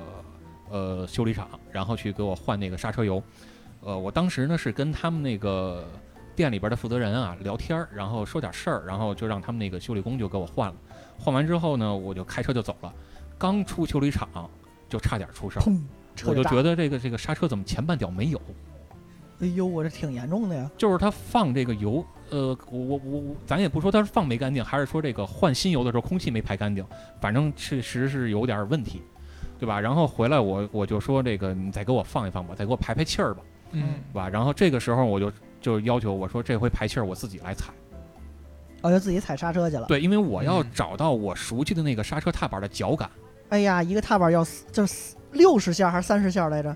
A: 呃修理厂，然后去给我换那个刹车油。呃，我当时呢是跟他们那个店里边的负责人啊聊天儿，然后说点事儿，然后就让他们那个修理工就给我换了。换完之后呢，我就开车就走了。刚出修理厂就差点出事儿，
B: 砰，彻
A: 我
B: 底
A: 就
B: 大
A: 觉得这个这个刹车怎么前半脚没有？
B: 哎呦，我这挺严重的呀。
A: 就是它放这个油，呃，我我我我，咱也不说它是放没干净，还是说这个换新油的时候空气没排干净，反正确实是有点问题。对吧？然后回来我我就说这个你再给我放一放吧，再给我排排气儿吧，
C: 嗯
A: 对吧？然后这个时候我就就要求我说这回排气儿我自己来踩，
B: 哦，就自己踩刹车去了。
A: 对，因为我要
C: 嗯
A: 找到我熟悉的那个刹车踏板的脚感
B: 哎呀，一个踏板要四就是六十下还是三十下来着？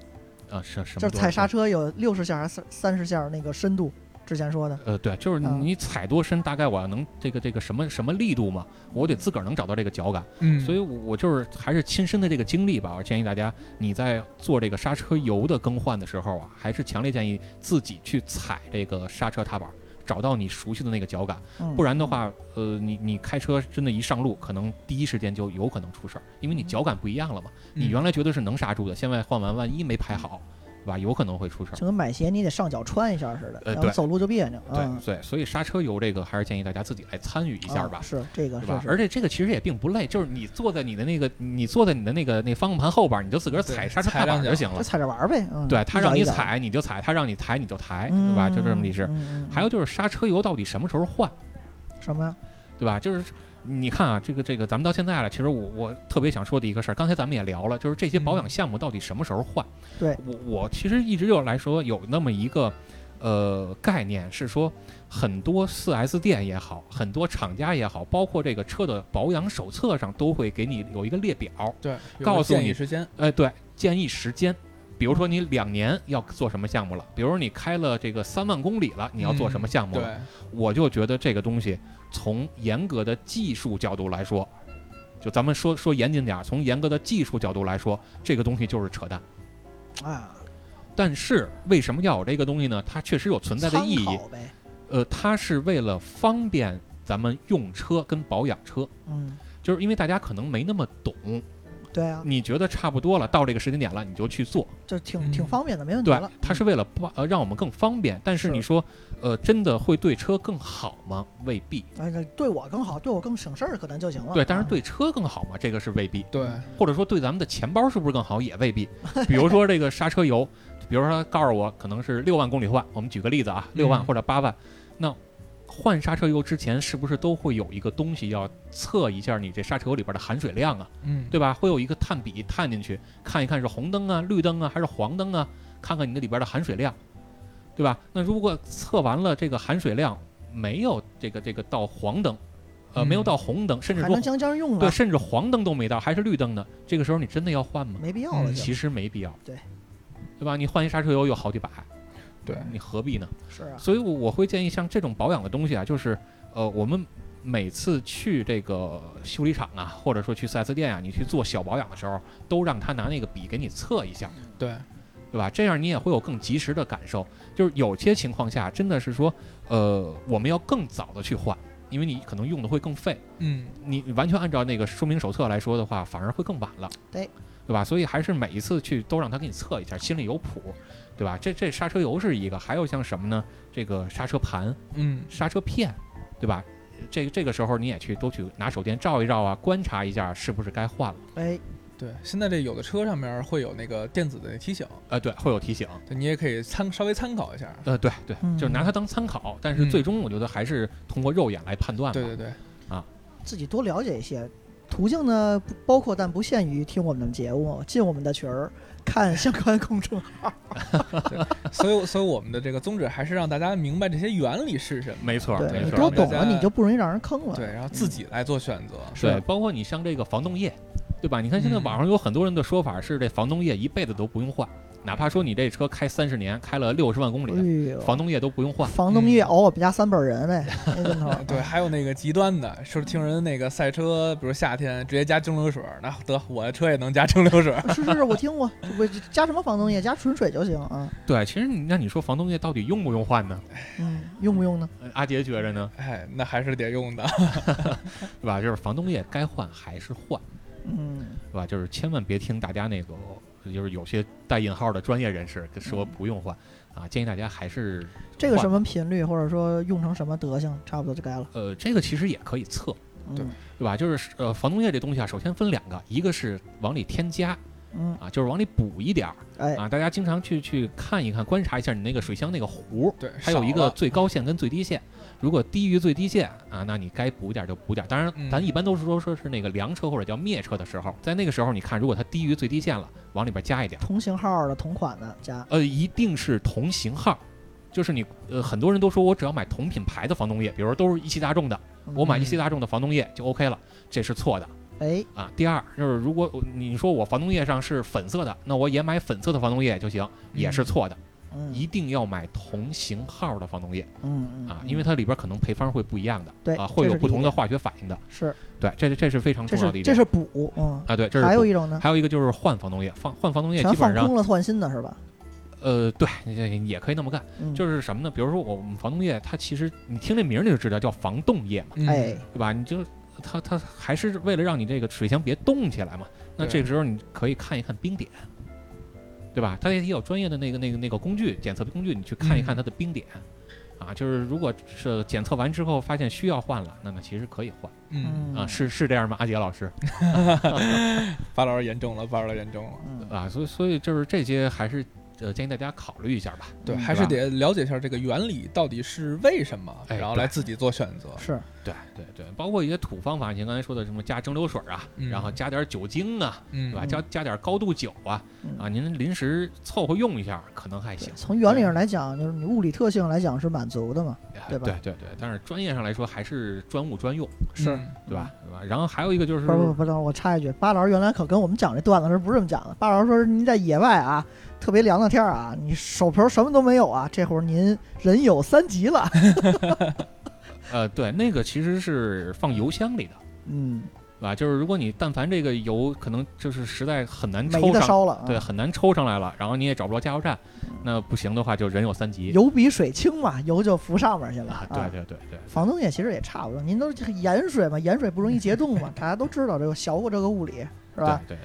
A: 啊，是什么
B: 就
A: 多
B: 是踩
A: 少
B: 刹车有六十下还是三三十下那个深度？之前说的，
A: 呃，对，就是
B: 啊
A: 你踩多深，大概我要能这个这个什么什么力度嘛，我得自个儿能找到这个脚感。
C: 嗯，
A: 所以我我就是还是亲身的这个经历吧，我建议大家你在做这个刹车油的更换的时候啊，还是强烈建议自己去踩这个刹车踏板，找到你熟悉的那个脚感，
B: 嗯、
A: 不然的话，呃，你你开车真的一上路，可能第一时间就有可能出事儿，因为你脚感不一样了嘛，你
C: 嗯
A: 原来觉得是能刹住的，现在换完万一没排好，对吧？有可能会出事儿。
B: 就跟买鞋你得上脚穿一下似的，
A: 呃
B: 然后
A: 对
B: 走路就别扭。
A: 对
B: 嗯
A: 对，所以刹车油这个还是建议大家自己来参与一下
B: 啊
C: 嗯
A: 吧，
B: 是这个
A: 对
B: 是
A: 吧？
B: 是
A: 而且这个其实也并不累，就是你坐在你的那个，你坐在你的那个那方向盘后边儿，你就自个儿踩
C: 对
A: 刹车
C: 踩
A: 踏
C: 两
A: 板就
C: 脚
A: 行了
B: 就。踩着玩儿呗。嗯，
A: 对他
B: 一脚
A: 让你
B: 一脚，
A: 踩你就踩，他让你抬你就抬，
B: 嗯
A: 对吧？就这么理事。
B: 嗯嗯嗯
A: 还有就是刹车油到底什么时候换，
B: 什么呀？
A: 对吧？就是你看啊，这个这个，咱们到现在了，其实我我特别想说的一个事儿，刚才咱们也聊了，就是这些保养项目到底什么时候换？
B: 对
A: 我我其实一直有来说有那么一个呃概念是说，很多 4S 店也好，很多厂家也好，包括这个车的保养手册上都会给你有一个列表，
C: 对，有
A: 告
C: 个
A: 诉
C: 建
A: 你
C: 议时间，
A: 哎，对，建议时间。比如说你两年要做什么项目了，比如说你开了这个三万公里了，你要做什么项目了？
C: 嗯对，
A: 我就觉得这个东西从严格的技术角度来说，就咱们说说严谨点儿，从严格的技术角度来说，这个东西就是扯淡。
B: 啊，
A: 但是为什么要有这个东西呢？它确实有存在的意
B: 参
A: 义
B: 考。呗。
A: 呃，它是为了方便咱们用车跟保养车，
B: 嗯，
A: 就是因为大家可能没那么懂，
B: 对啊，
A: 你觉得差不多了，到这个时间点了，你就去做。
B: 就挺挺
C: 嗯
B: 方便的，没问题
A: 对
B: 了。，
A: 它是为了不呃让我们更方便。但是
B: 是
A: 你说，呃，真的会对车更好吗？未必。
B: 哎，那对我更好，对我更省事儿，可能就行了。
A: 对，但是
B: 啊
A: 对车更好吗？这个是未必。
C: 对，
A: 或者说对咱们的钱包是不是更好也未必。比如说这个刹车油，比如说他告诉我可能是六万公里换，我们举个例子啊，六万
C: 嗯
A: 或者八万，那换刹车油之前是不是都会有一个东西要测一下你这刹车油里边的含水量啊，
C: 嗯，
A: 对吧？会有一个探笔探进去看一看是红灯啊、绿灯啊还是黄灯啊，看看你那里边的含水量，对吧？那如果测完了这个含水量没有这个这个到黄灯，呃，没有
C: 嗯
A: 到红灯，甚至
B: 还
A: 说
B: 能将将用啊
A: 对，
B: 了，
A: 甚至黄灯都没到，还是绿灯呢。这个时候你真的要换吗？
B: 没必要了就。
C: 嗯
A: 其实没必要，
B: 对，
A: 对吧？你换一刹车油有好几百，
C: 对，
A: 你何必呢？
B: 是啊，
A: 所以我，我会建议像这种保养的东西啊，就是呃，我们每次去这个修理厂啊，或者说去 4S 店啊，你去做小保养的时候，都让他拿那个笔给你测一下，
C: 对，
A: 对吧？这样你也会有更及时的感受。就是有些情况下，真的是说，呃，我们要更早的去换，因为你可能用的会更费。
C: 嗯，
A: 你完全按照那个说明手册来说的话，反而会更晚了，
B: 对
A: 对吧？所以还是每一次去都让他给你测一下，心里有谱，对吧？这这刹车油是一个，还有像什么呢？这个刹车盘、
C: 嗯，
A: 刹车片，对吧？这这个时候你也去都去拿手电照一照啊，观察一下是不是该换了。
B: 哎，
C: 对，现在这有的车上面会有那个电子的提醒，
A: 呃，对，会有提醒。
C: 对你也可以参稍微参考一下。
A: 呃，对对，
B: 嗯
A: 就是拿它当参考，但是
C: 嗯
A: 最终我觉得还是通过肉眼来判断吧。
C: 对对对，
B: 自己多了解一些。途径呢，不包括但不限于听我们的节目、进我们的群儿、看相关 公众号。
C: 所以所以我们的这个宗旨还是让大家明白这些原理是什么，
A: 没错，
B: 对
A: 没
B: 你
A: 错，
B: 多
A: 没错
B: 懂
C: 大
B: 了，
C: 家
B: 你就不容易让人坑了。
C: 对，然后自己来做选择。
A: 对，包括你像这个防冻液，对吧？你看现在
C: 嗯
A: 网上有很多人的说法是，这防冻液一辈子都不用换，哪怕说你这车开三十年，开了六十万公
B: 哎
A: 里，
B: 呦，
A: 防冻液都不用换。
B: 房东
C: 嗯
B: 月熬我们家三辈儿人 哎，那阵头
C: 对，还有那个极端的，说听人那个赛车，比如夏天直接加蒸馏水儿，那得我的车也能加蒸馏水儿。
B: 是是是，我听过，我加什么防冻液，加纯水就行啊。
A: 对，其实你那你说防冻液到底用不用换呢？
B: 嗯，用不用呢？
A: 呃阿杰觉着呢，
C: 哎，那还是得用的。
A: 对吧？就是防冻液该换还是换，
B: 嗯，
A: 对吧？就是千万别听大家那个，就是有些带引号的专业人士说不用换啊，建议大家还是
B: 嗯这个
A: 换
B: 什么频率，或者说用成什么德行，差不多就该了。
A: 呃，这个其实也可以测，
B: 嗯
C: 对
A: 对吧？就是呃，防冻液这东西啊，首先分两个，一个是往里添加，
B: 嗯，
A: 啊，就是往里补一点儿
B: 哎，
A: 啊。大家经常去去看一看，观察一下你那个水箱那个壶，
C: 对，
A: 它有一
C: 少
A: 个
C: 了
A: 最高线跟最低线，如果低于最低线啊，那你该补点就补点。当然，
C: 嗯
A: 咱一般都是说说是那个凉车或者叫灭车的时候，在那个时候你看，如果它低于最低线了，往里边加一点儿。
B: 同型号的同款的加，
A: 呃，一定是同型号，就是你呃，很多人都说我只要买同品牌的防冻液，比如说都是一汽大众的，
B: 嗯
A: 我买一汽大众的防冻液就 OK 了，这是错的
B: 哎，
A: 啊。第二就是如果你说我防冻液上是粉色的，那我也买粉色的防冻液就行，也是错的，
B: 嗯
A: 一定要买同型号的防冻液
B: 嗯嗯
A: 啊，
B: 嗯
A: 因为它里边可能配方会不一样的，
B: 对
A: 啊，会
B: 这
A: 有
B: 是
A: 不
B: 第一
A: 同的
B: 点
A: 化学反应的，
B: 是
A: 对，这是这是非常
B: 这
A: 重要的
B: 是
A: 一
B: 这
A: 点
B: 是补，嗯，
A: 啊，对，这是
B: 还有
A: 补
B: 一种呢，
A: 还有一个就是换防冻液，放换防冻液
B: 全
A: 基
B: 放
A: 本上
B: 空了换新的是吧？
A: 呃，对，也也可以那么干。
B: 嗯，
A: 就是是什么呢？比如说我们防冻液，它其实你听这名儿你就知道叫防冻液嘛，
C: 嗯
B: 哎，
A: 对吧？你就它它还是为了让你这个水箱别冻起来嘛。那
C: 对
A: 这个时候你可以看一看冰点，对吧？它也有专业的那个那个那个工具检测工具，你去看一
C: 嗯
A: 看它的冰点。啊，就是如果是检测完之后发现需要换了，那那其实可以换
C: 嗯，
A: 啊，是是这样吗？阿杰老师
C: 巴老师严重了，巴老师严重了。
B: 嗯，
A: 啊，所以所以就是这些还是呃建议大家考虑一下吧。
C: 对，
B: 嗯
C: 还是得了解一下这个原理到底是为什么，
A: 哎
C: 然后
A: 对
C: 来自己做选择。
B: 是
A: 对对对，包括一些土方法，你刚才说的什么加蒸馏水啊，
C: 嗯
A: 然后加点酒精啊，
C: 嗯
A: 对吧？
B: 嗯
A: 加加点高度酒啊，
B: 嗯
A: 啊，您临时凑合用一下可能还行，
B: 从原理上来讲，就是你物理特性来讲是满足的嘛，
A: 哎
B: 对吧
A: 对对对，但是专业上来说还是专务专用，
C: 是
A: 对吧？对吧？然后还有一个就是
B: 嗯不，是不是不是，我插一句，巴老师原来可跟我们讲这段子时候不是这么讲的。巴老师说您在野外啊，特别凉的天儿啊，你手头什么都没有啊，这会儿您人有三急 了。
A: 呃，对，那个其实是放油箱里的，
B: 嗯，
A: 对吧？就是如果你但凡这个油可能就是实在很难
B: 没
A: 抽
B: 得
A: 上，
B: 烧了、嗯啊。
A: 对，，很难抽上来了，然后你也找不着加油站，那不行的话就人有三急
B: 油比水清嘛，油就浮上面去了。
A: 啊，对对对对。
B: 防冻液其实也差不多，您都是盐水嘛，盐水不容易结冻嘛，大家都知道这个学过这个物理是吧？
A: 对对。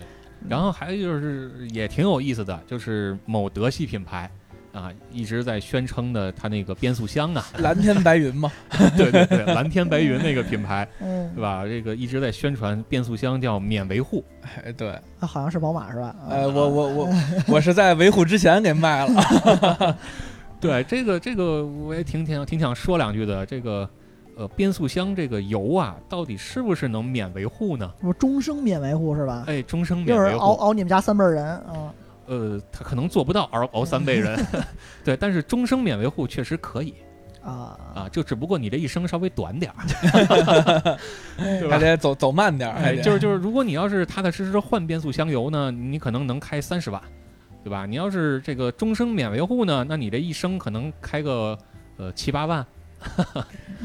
A: 然后还有就是也挺有意思的，就是某德系品牌啊，一直在宣称的它那个变速箱 啊，
C: 蓝天白云嘛，
A: 对对对，蓝天白云那个品牌，
B: 嗯
A: 对，吧？这个一直在宣传变速箱叫免维护，
C: 哎，对，
B: 啊好像是宝马是吧？啊
C: 呃，我我我我是在维护之前给卖了，
A: 对这个这个我也挺挺挺想说两句的，这个。呃，变速箱这个油啊，到底是不是能免维护呢？
B: 我终生免维护是吧？
A: 哎，终生免
B: 又是
A: 维
B: 熬
A: 护，
B: 熬你们家三辈儿人啊，
A: 呃，它可能做不到熬熬三倍 人，对，但是终生免维护确实可以
B: 啊
A: 啊，就只不过你这一生稍微短点儿，对吧
C: 还得走走慢点儿，还
A: 哎，
C: 得
A: 就是就是，如果你要是踏踏实实地换变速箱油呢，你可能能开三十万，对吧？你要是这个终生免维护呢，那你这一生可能开个呃七八万。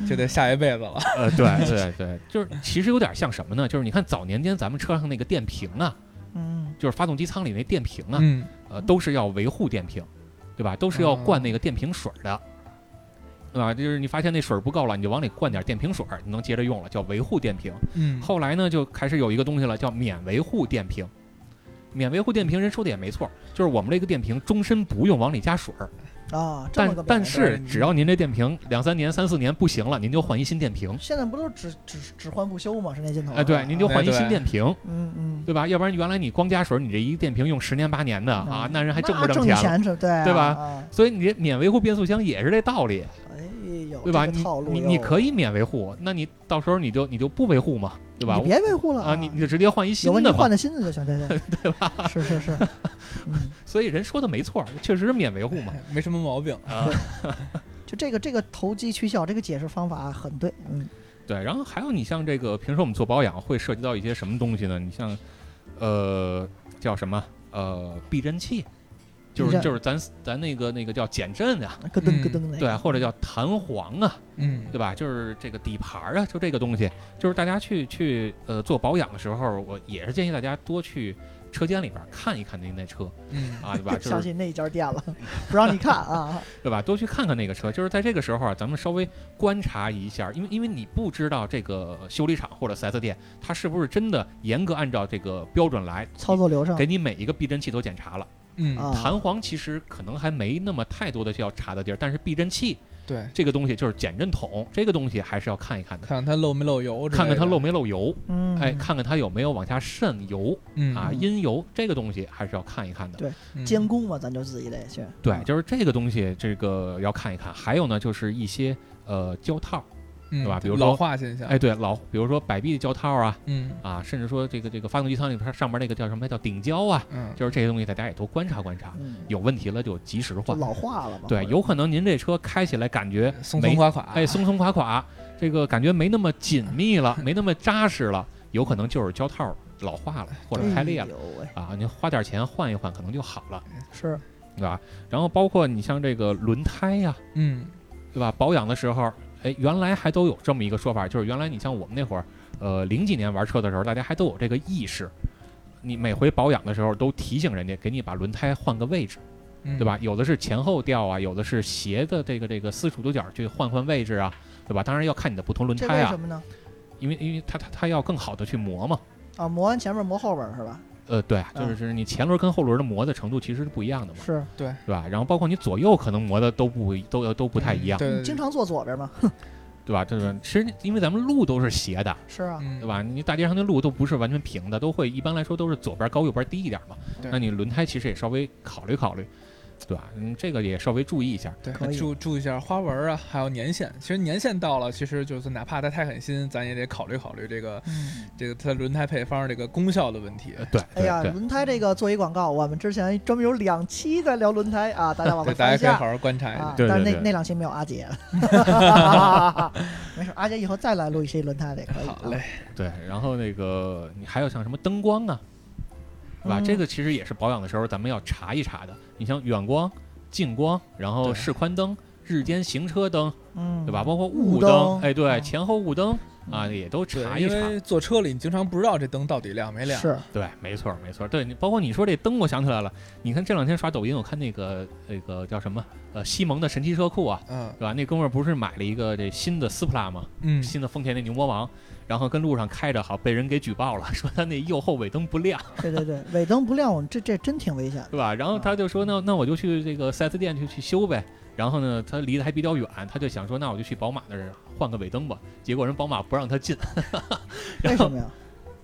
C: 就得下一辈子了。
A: 呃，对 对对，就是其实有点像什么呢？就是你看早年间咱们车上那个电瓶啊，
B: 嗯
A: 就是发动机舱里那电瓶啊，
C: 嗯，
A: 呃，都是要维护电瓶，对吧？都是要灌那个电瓶水的。对吧？就是你发现那水不够了，你就往里灌点电瓶水，你能接着用了，叫维护电瓶。
C: 嗯，
A: 后来呢，就开始有一个东西了，叫免维护电瓶。免维护电瓶人说的也没错，就是我们这个电瓶终身不用往里加水儿，
B: 啊，这么
A: 但
B: 个
A: 但
B: 免
C: 对
A: 是只要您这电瓶两三年、三四年不行了，您就换一新电瓶。
B: 现在不都只只只换不修吗？是那劲头儿啊
A: 哎，对，您就换一新电瓶，
B: 嗯嗯，
A: 对吧？要不然原来你光加水儿，你这一电瓶用十年八年的啊
B: 嗯，
A: 那人还挣不
B: 那
A: 挣
B: 挣
A: 钱了？
B: 钱是对啊
A: 对吧
B: 啊
A: 所以你这免维护变速箱也是这道理，
B: 哎呦，
A: 对吧？
B: 这个
A: 你
B: 套路
A: 你
B: 又
A: 你可以免维护，那你到时候你就你就不维护嘛，对吧
B: 你？别维护了
A: 啊，你你就直接换一新
B: 有问题
A: 的嘛
B: 换，的新的就行，对 对对吧？是是 是，嗯，
A: 所以人说的没错儿，确实是免维护嘛。
C: 没什么毛病。
B: 哎
A: 啊，
B: 就这个这个投机取巧这个解释方法很对，嗯
A: 对，然后还有你像这个平时我们做保养会涉及到一些什么东西呢？你像，呃，叫什么？呃，避震器，就
B: 避
A: 是
B: 震
A: 就是咱咱那个那个叫减震啊，
B: 咯噔咯噔的，
A: 对，或者叫弹簧啊，
C: 嗯，
A: 对吧？就是这个底盘啊，就这个东西，就是大家去去呃做保养的时候，我也是建议大家多去车间里边看一看您那车
C: 嗯
A: 啊，对 吧？就
B: 相
A: 是
B: 信那一家店了，不让你看 啊，
A: 对吧？多去看看那个车，就是在这个时候啊，咱们稍微观察一下，因为因为你不知道这个修理厂或者 4S 店，它是不是真的严格按照这个标准来
B: 操作流程
A: 给你每一个避震器都检查了。
C: 嗯
B: 啊，
A: 弹簧其实可能还没那么太多的需要查的地儿，但是避震器
C: 对，
A: 这个东西就是减震筒，这个东西还是要看一看的，
C: 看看它漏没漏油之类的，
A: 看看它漏没漏油，
B: 嗯，
A: 哎，看看它有没有往下渗油
C: 嗯
A: 啊，
B: 嗯
A: 阴油这个东西还是要看一看的。
B: 对监工嗯嘛，咱就自己得去。
A: 对，就是这个东西，这个要看一看。还有呢，就是一些呃胶套，
C: 对
A: 对吧比如
C: 嗯老
A: 说
C: 化现象，
A: 哎，，对老，比如说摆臂的胶套啊，
C: 嗯
A: 啊，甚至说这个这个发动机舱里边上面那个叫什么叫顶胶啊，
C: 嗯，
A: 就是这些东西，大家也多观察观察，
B: 嗯，
A: 有问题了就及时
B: 就
A: 换。
B: 老化了嘛。
A: 对，有可能您这车开起来感觉
C: 松松
A: 没
C: 垮垮，
A: 哎松松垮垮，这个感觉没那么紧密了，没那么扎实了，有可能就是胶套老化了或者开裂
B: 哎
A: 了
B: 呦喂，
A: 啊，您花点钱换一换可能就好了，
B: 是
A: 对吧？然后包括你像这个轮胎呀、
C: 嗯
A: 对吧？保养的时候，哎，原来还都有这么一个说法，就是原来你像我们那会儿，呃，零几年玩车的时候，大家还都有这个意识，你每回保养的时候都提醒人家给你把轮胎换个位置，
C: 嗯
A: 对吧？？有的是前后调啊，有的是斜的这个这个四十度角去换换位置啊，对吧？当然要看你的不同轮
B: 这
A: 胎
B: 为
A: 啊
B: 什，么呢？
A: 因为因为它它它要更好的去磨嘛。
B: 啊，磨完前面磨后边儿是吧？
A: 呃，对
B: 嗯
A: 啊，就是是你前轮跟后轮的磨的程度其实是不一样的嘛，
B: 是，
A: 对吧？然后包括你左右可能磨的都不都都不太一样，
C: 嗯对，
B: 嗯你经常坐左边嘛？
A: 对吧？这个其实因为咱们路都是斜的，
B: 是啊，
C: 嗯
A: 对？吧？你大街上的路都不是完全平的，都会一般来说都是左边高右边低一点嘛。
C: 对
A: 那你轮胎其实也稍微考虑考虑，对吧？嗯，这个也稍微注意一下。
C: 对
B: 可，以
C: 注注意一下花纹啊，还有年限。其实年限到了，其实就是哪怕它太狠心，咱也得考虑考虑这个
B: 嗯，
C: 这个它轮胎配方这个功效的问题。
A: 呃对，
B: 哎
A: 对
B: 呀，
A: 对
B: 轮胎这个做一广告，我们之前专门有两期在聊轮胎啊，大家往
C: 对，
B: 回
C: 大
B: 翻一
C: 家可以
B: 下
C: 好。好观察一
B: 啊
C: 下。，
A: 对
B: 但是
A: 对
B: 那
A: 对
B: 那两期没有阿杰， 没事，阿杰以后再来录一期轮胎的也可以。啊
C: 好嘞，，
A: 对。然后那个你还有像什么灯光啊，对吧？
B: 嗯
A: 这个其实也是保养的时候咱们要查一查的。你像远光、近光，然后
C: 对
A: 示宽灯、日间行车灯，
B: 嗯，
A: 对吧？？包括
B: 雾
A: 雾
B: 灯
A: 哎，对，
B: 嗯
A: 前后雾灯啊，也都查
C: 对，
A: 一
C: 因
A: 查。
C: 为坐车里你经常不知道这灯到底亮没亮。
B: 是，
A: 对，没错儿，没错儿。对你，包括你说这灯，我想起来了。你看这两天刷抖音，我看那个那个叫什么呃，西蒙的神奇车库啊，
C: 嗯
A: 对吧？那哥们儿不是买了一个这新的斯普拉吗？
C: 嗯，
A: 新的丰田那牛魔王，然后跟路上开着，好被人给举报了，说他那右后尾灯不亮，
B: 对对对，尾灯不亮，我们这这真挺危险的。
A: 对吧？然后他就说那那我就去这个 4S 店去去修呗。然后呢，他离得还比较远，他就想说那我就去宝马那儿换个尾灯吧。结果人宝马不让他进，然
B: 为
A: 后
B: 什么呀？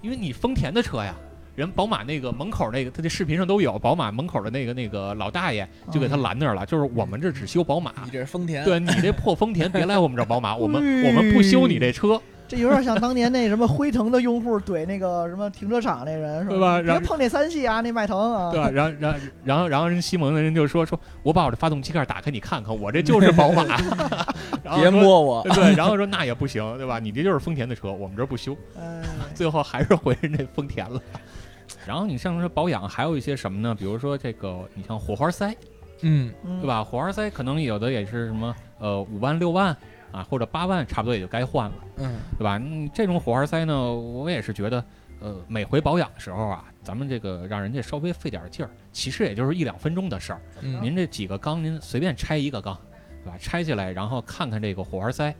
A: 因为你丰田的车呀，人宝马那个门口那个，他这视频上都有，宝马门口的那个那个老大爷
C: 嗯
A: 就给他拦那儿了，就是我们这只修宝马，
C: 你这是丰田。
A: 对你这破丰田别来我们这儿宝马，我们 我们不修你这车，
B: 这有点像当年那什么辉腾的用户怼那个什么停车场那人，是
A: 对吧
B: 别
A: 然
B: 碰那三系啊，那迈腾
C: 嗯
B: 啊。
A: 对吧？然后然后然后然后人西蒙的人就说说，我把我的发动机盖打开你看看，我这就是宝 马，然后说。
C: 别摸我，
A: 对，然后说那也不行，对吧？你这就是丰田的车，我们这儿不修。
B: 哎，
A: 最后还是回人家丰田了。然后你像说保养，还有一些什么呢？比如说这个，你像火花塞，
C: 嗯，
B: 嗯
A: 对？吧？火花塞可能有的也是什么呃五万六万啊，或者八万，差不多也就该换了，
C: 嗯，
A: 对吧？嗯，这种火花塞呢，我也是觉得，呃，每回保养的时候啊，咱们这个让人家稍微费点劲儿，其实也就是一两分钟的事儿。
C: 嗯
A: 您这几个缸，您随便拆一个缸，对吧？拆下来，然后看看这个火花塞。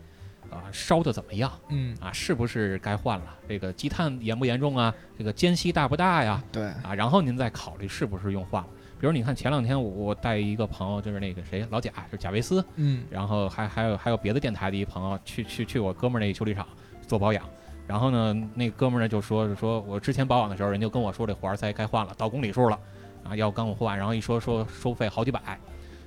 A: 啊，烧的怎么样
C: 嗯，
A: 啊？是不是该换了？这个积碳严不严重啊？这个间隙大不大呀？
C: 对，
A: 啊，然后您再考虑是不是用换了。比如你看前两天我我带一个朋友，就是那个谁老贾，就是贾维斯，
C: 嗯
A: 然后还还有还有别的电台的一朋友去去去我哥们儿那修理厂做保养。然后呢，那哥们儿呢就说是说我之前保养的时候，人就跟我说这火花塞该换了，到公里数了，啊要跟我换，然后一说说收费好几百，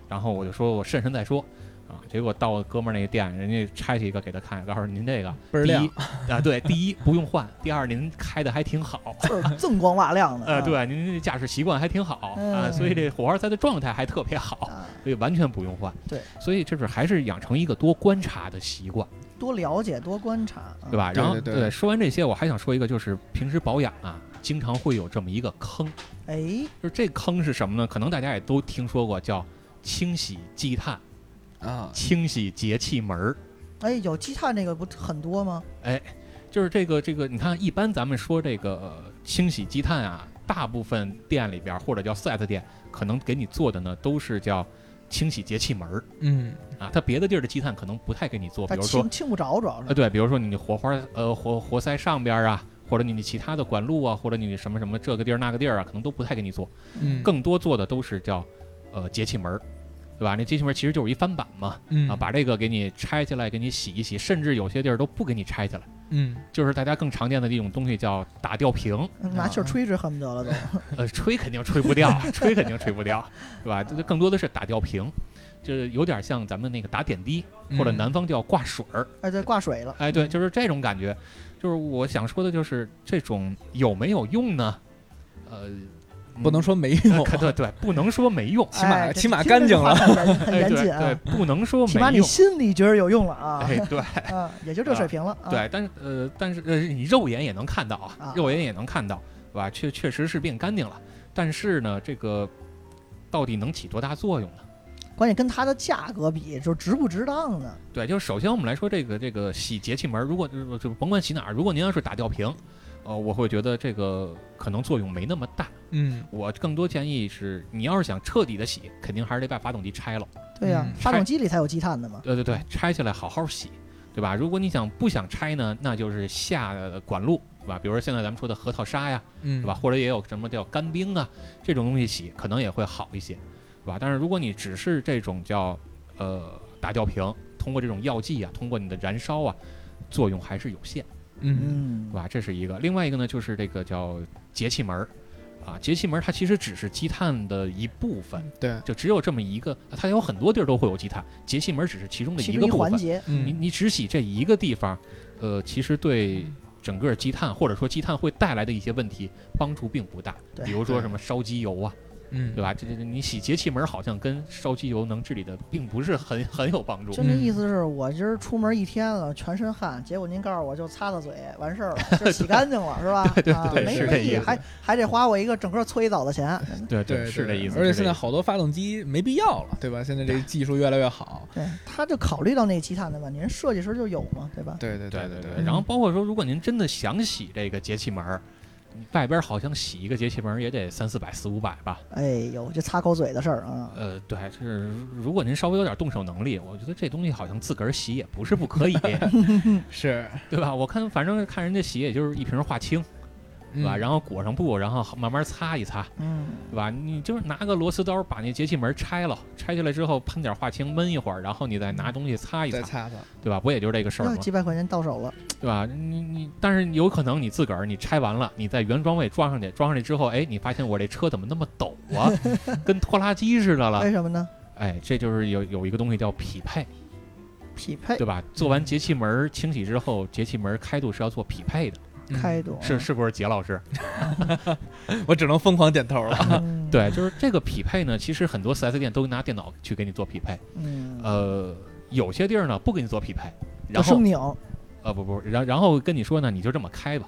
A: 然后我就说我慎慎再说，啊，结果到哥们儿那个店，人家拆下一个给他看，告诉您这个
C: 倍儿
A: 第
C: 亮
A: 一啊，对，第一不用换，第二您开的还挺好，
B: 就是锃光瓦亮的。
A: 呃，
C: 嗯
B: 啊
A: 对，您这驾驶习惯还挺好啊，
B: 嗯
A: 所以这火花塞的状态还特别
C: 嗯
A: 好，
B: 啊，
A: 所以完全不用换。
B: 对，
A: 所以就是还是养成一个多观察的习惯，
B: 多了解，多观察，啊
A: 对吧？
C: 对
A: 然后
C: 嗯
A: 呃
C: 对对
A: 说完这些，我还想说一个，就是平时保养啊，经常会有这么一个坑，
B: 哎，
A: 就是这坑是什么呢？可能大家也都听说过，叫清洗积碳、
C: 啊，
A: 清洗节气门儿。
B: 哎，有积碳这个不很多吗？
A: 就是这个这个，你看，一般咱们说这个、呃清洗积碳啊，大部分店里边儿或者叫 4S 店，可能给你做的呢都是叫清洗节气门儿
C: 嗯
A: 啊，它别的地儿的积碳可能不太给你做，比
B: 它
A: 如说
B: 清清不着，主要
A: 呃
B: 是。
A: 对，比如说你的火花呃活活塞上边儿啊，或者你的其他的管路啊，或者你的什么什么这个地儿那个地儿啊，可能都不太给你做，
C: 嗯，
A: 更多做的都是叫呃节气门儿。对吧？那机器门其实就是一翻版嘛，
C: 嗯
A: 啊，把这个给你拆下来，给你洗一洗，甚至有些地儿都不给你拆下来，
C: 嗯
A: 就是大家更常见的一种东西叫打吊瓶，
B: 嗯拿气儿吹吹恨不 得了都。
A: 呃，吹肯定吹不掉，吹肯定吹不掉，对吧？这这更多的是打吊瓶，就是有点像咱们那个打点滴，或者
C: 嗯
A: 南方叫挂水儿，
B: 哎，对，挂水了。
A: 哎，对，就是这种感觉。就是我想说的，就是这种有没有用呢？呃，
C: 嗯不能
A: 说、
C: 说没 用，
A: 可对对，不能说没用，
C: 起码
B: 哎这
C: 起码
B: 听着
C: 干
B: 这
C: 净
B: 话
C: 了
B: 很严 很
A: 哎，
B: 严
A: 对
B: 谨
A: 对
B: 啊，，
A: 不能说
B: 起码
A: 没
B: 你
A: 用，
B: 心里觉得有用了啊
A: 哎，对。
B: 啊，也就这水平了啊。
A: 对，但是呃，但是呃，你肉眼也能看到啊
B: 啊，
A: 肉眼也能看到，对吧？确确实是变干净了，但是呢，这个到底能起多大作用呢？
B: 关键跟它的价格比，就值不值当呢？
A: 对，就是首先我们来说这个这个洗节气门儿，如果呃就就甭管洗哪儿，如果您要是打吊瓶，呃，我会觉得这个可能作用没那么大。
C: 嗯，
A: 我更多建议是，你要是想彻底的洗，肯定还是得把发动机拆了。
B: 对呀
C: 嗯，
B: 发动机里才有积碳的嘛。
A: 对对对，拆下来好好洗，对吧？如果你想不想拆呢，那就是下呃管路，对吧？比如说现在咱们说的核桃沙呀，
C: 嗯，
A: 是吧？？或者也有什么叫干冰啊这种东西洗，可能也会好一些，是吧？但是如果你只是这种叫呃打吊瓶，通过这种药剂啊，通过你的燃烧啊，作用还是有限，
C: 嗯
A: 是
B: 嗯，
A: 吧？这是一个。另外一个呢，就是这个叫节气门儿，啊，节气门儿它其实只是积碳的一部分，
C: 对，
A: 就只有这么一个，它有很多地儿都会有积碳，节气门儿只是其中的
B: 其
A: 一
B: 中
A: 个
B: 一
A: 部
B: 环
A: 分。
B: 节，
A: 你
C: 嗯
A: 你只洗这一个地方，呃，其实对整个积碳或者说积碳会带来的一些问题帮助并不大。
B: 对
A: 比如说
C: 对
A: 什么烧机油啊，
C: 嗯
A: 对吧？这这这你洗节气门好像跟烧机油能治理的并不是很 很有帮助
B: 就。那意思是我今儿出门一天了，全身汗，结果您告诉我就擦擦嘴完事儿了，就洗干净了，是吧？
A: 对对
B: 啊
A: 对
B: 没
A: 是
B: 没
A: 这
B: 意
A: 意
B: 义，
A: 思
B: 还还得花我一个整个搓衣澡的钱。
A: 对
C: 对，
A: 是这
C: 对
A: 意思。
C: 而且
A: 是这
C: 现在
A: 意思
C: 好多发动机没必要了，对吧？现在这技术越来越好，
B: 对，他就考虑到那个积碳的问题，人设计师就有嘛，对吧？
C: 对对嗯
A: 对
C: 对
A: 对对。然后包括说，如果您真的想洗这个节气门儿，你外边好像洗一个节气门儿也得三四百、四五百吧。
B: 哎呦，这擦口嘴的事儿啊，
A: 呃，对，是如果您稍微有点动手能力，我觉得这东西好像自个儿洗也不是不可以，
C: 是，
A: 对吧？我看反正看人家洗，也就是一瓶化清，对吧？
C: 嗯
A: 然后裹上布，然后好慢慢擦一擦，
B: 嗯，
A: 对吧？你就是拿个螺丝刀把那节气门拆了，拆下来之后喷点化清闷一会儿，然后你再拿东西擦一
C: 再
A: 擦，
C: 擦擦，
A: 对吧？不也就是这个事儿
B: 那
A: 吗？
B: 几百块钱到手了，
A: 对吧？你你，但是有可能你自个儿你拆完了，你在原装位装上去，装上去之后，哎，你发现我这车怎么那么陡啊，跟拖拉机似的了
B: 为。什么呢？
A: 哎，这就是有有一个东西叫匹配，
B: 匹配
A: 对吧？做完节气门清洗之后，节气门开度是要做匹配的，
B: 开度
A: 嗯是是不是？杰老师？
C: 嗯，我只能疯狂点头
A: 啊
C: 了。
B: 嗯，
A: 对，就是这个匹配呢，其实很多 4S 店都拿电脑去给你做匹配，
B: 嗯，
A: 呃，有些地儿呢不给你做匹配，
B: 就
A: 然后
B: 生拧，
A: 呃不不，然然后跟你说呢，你就这么开吧。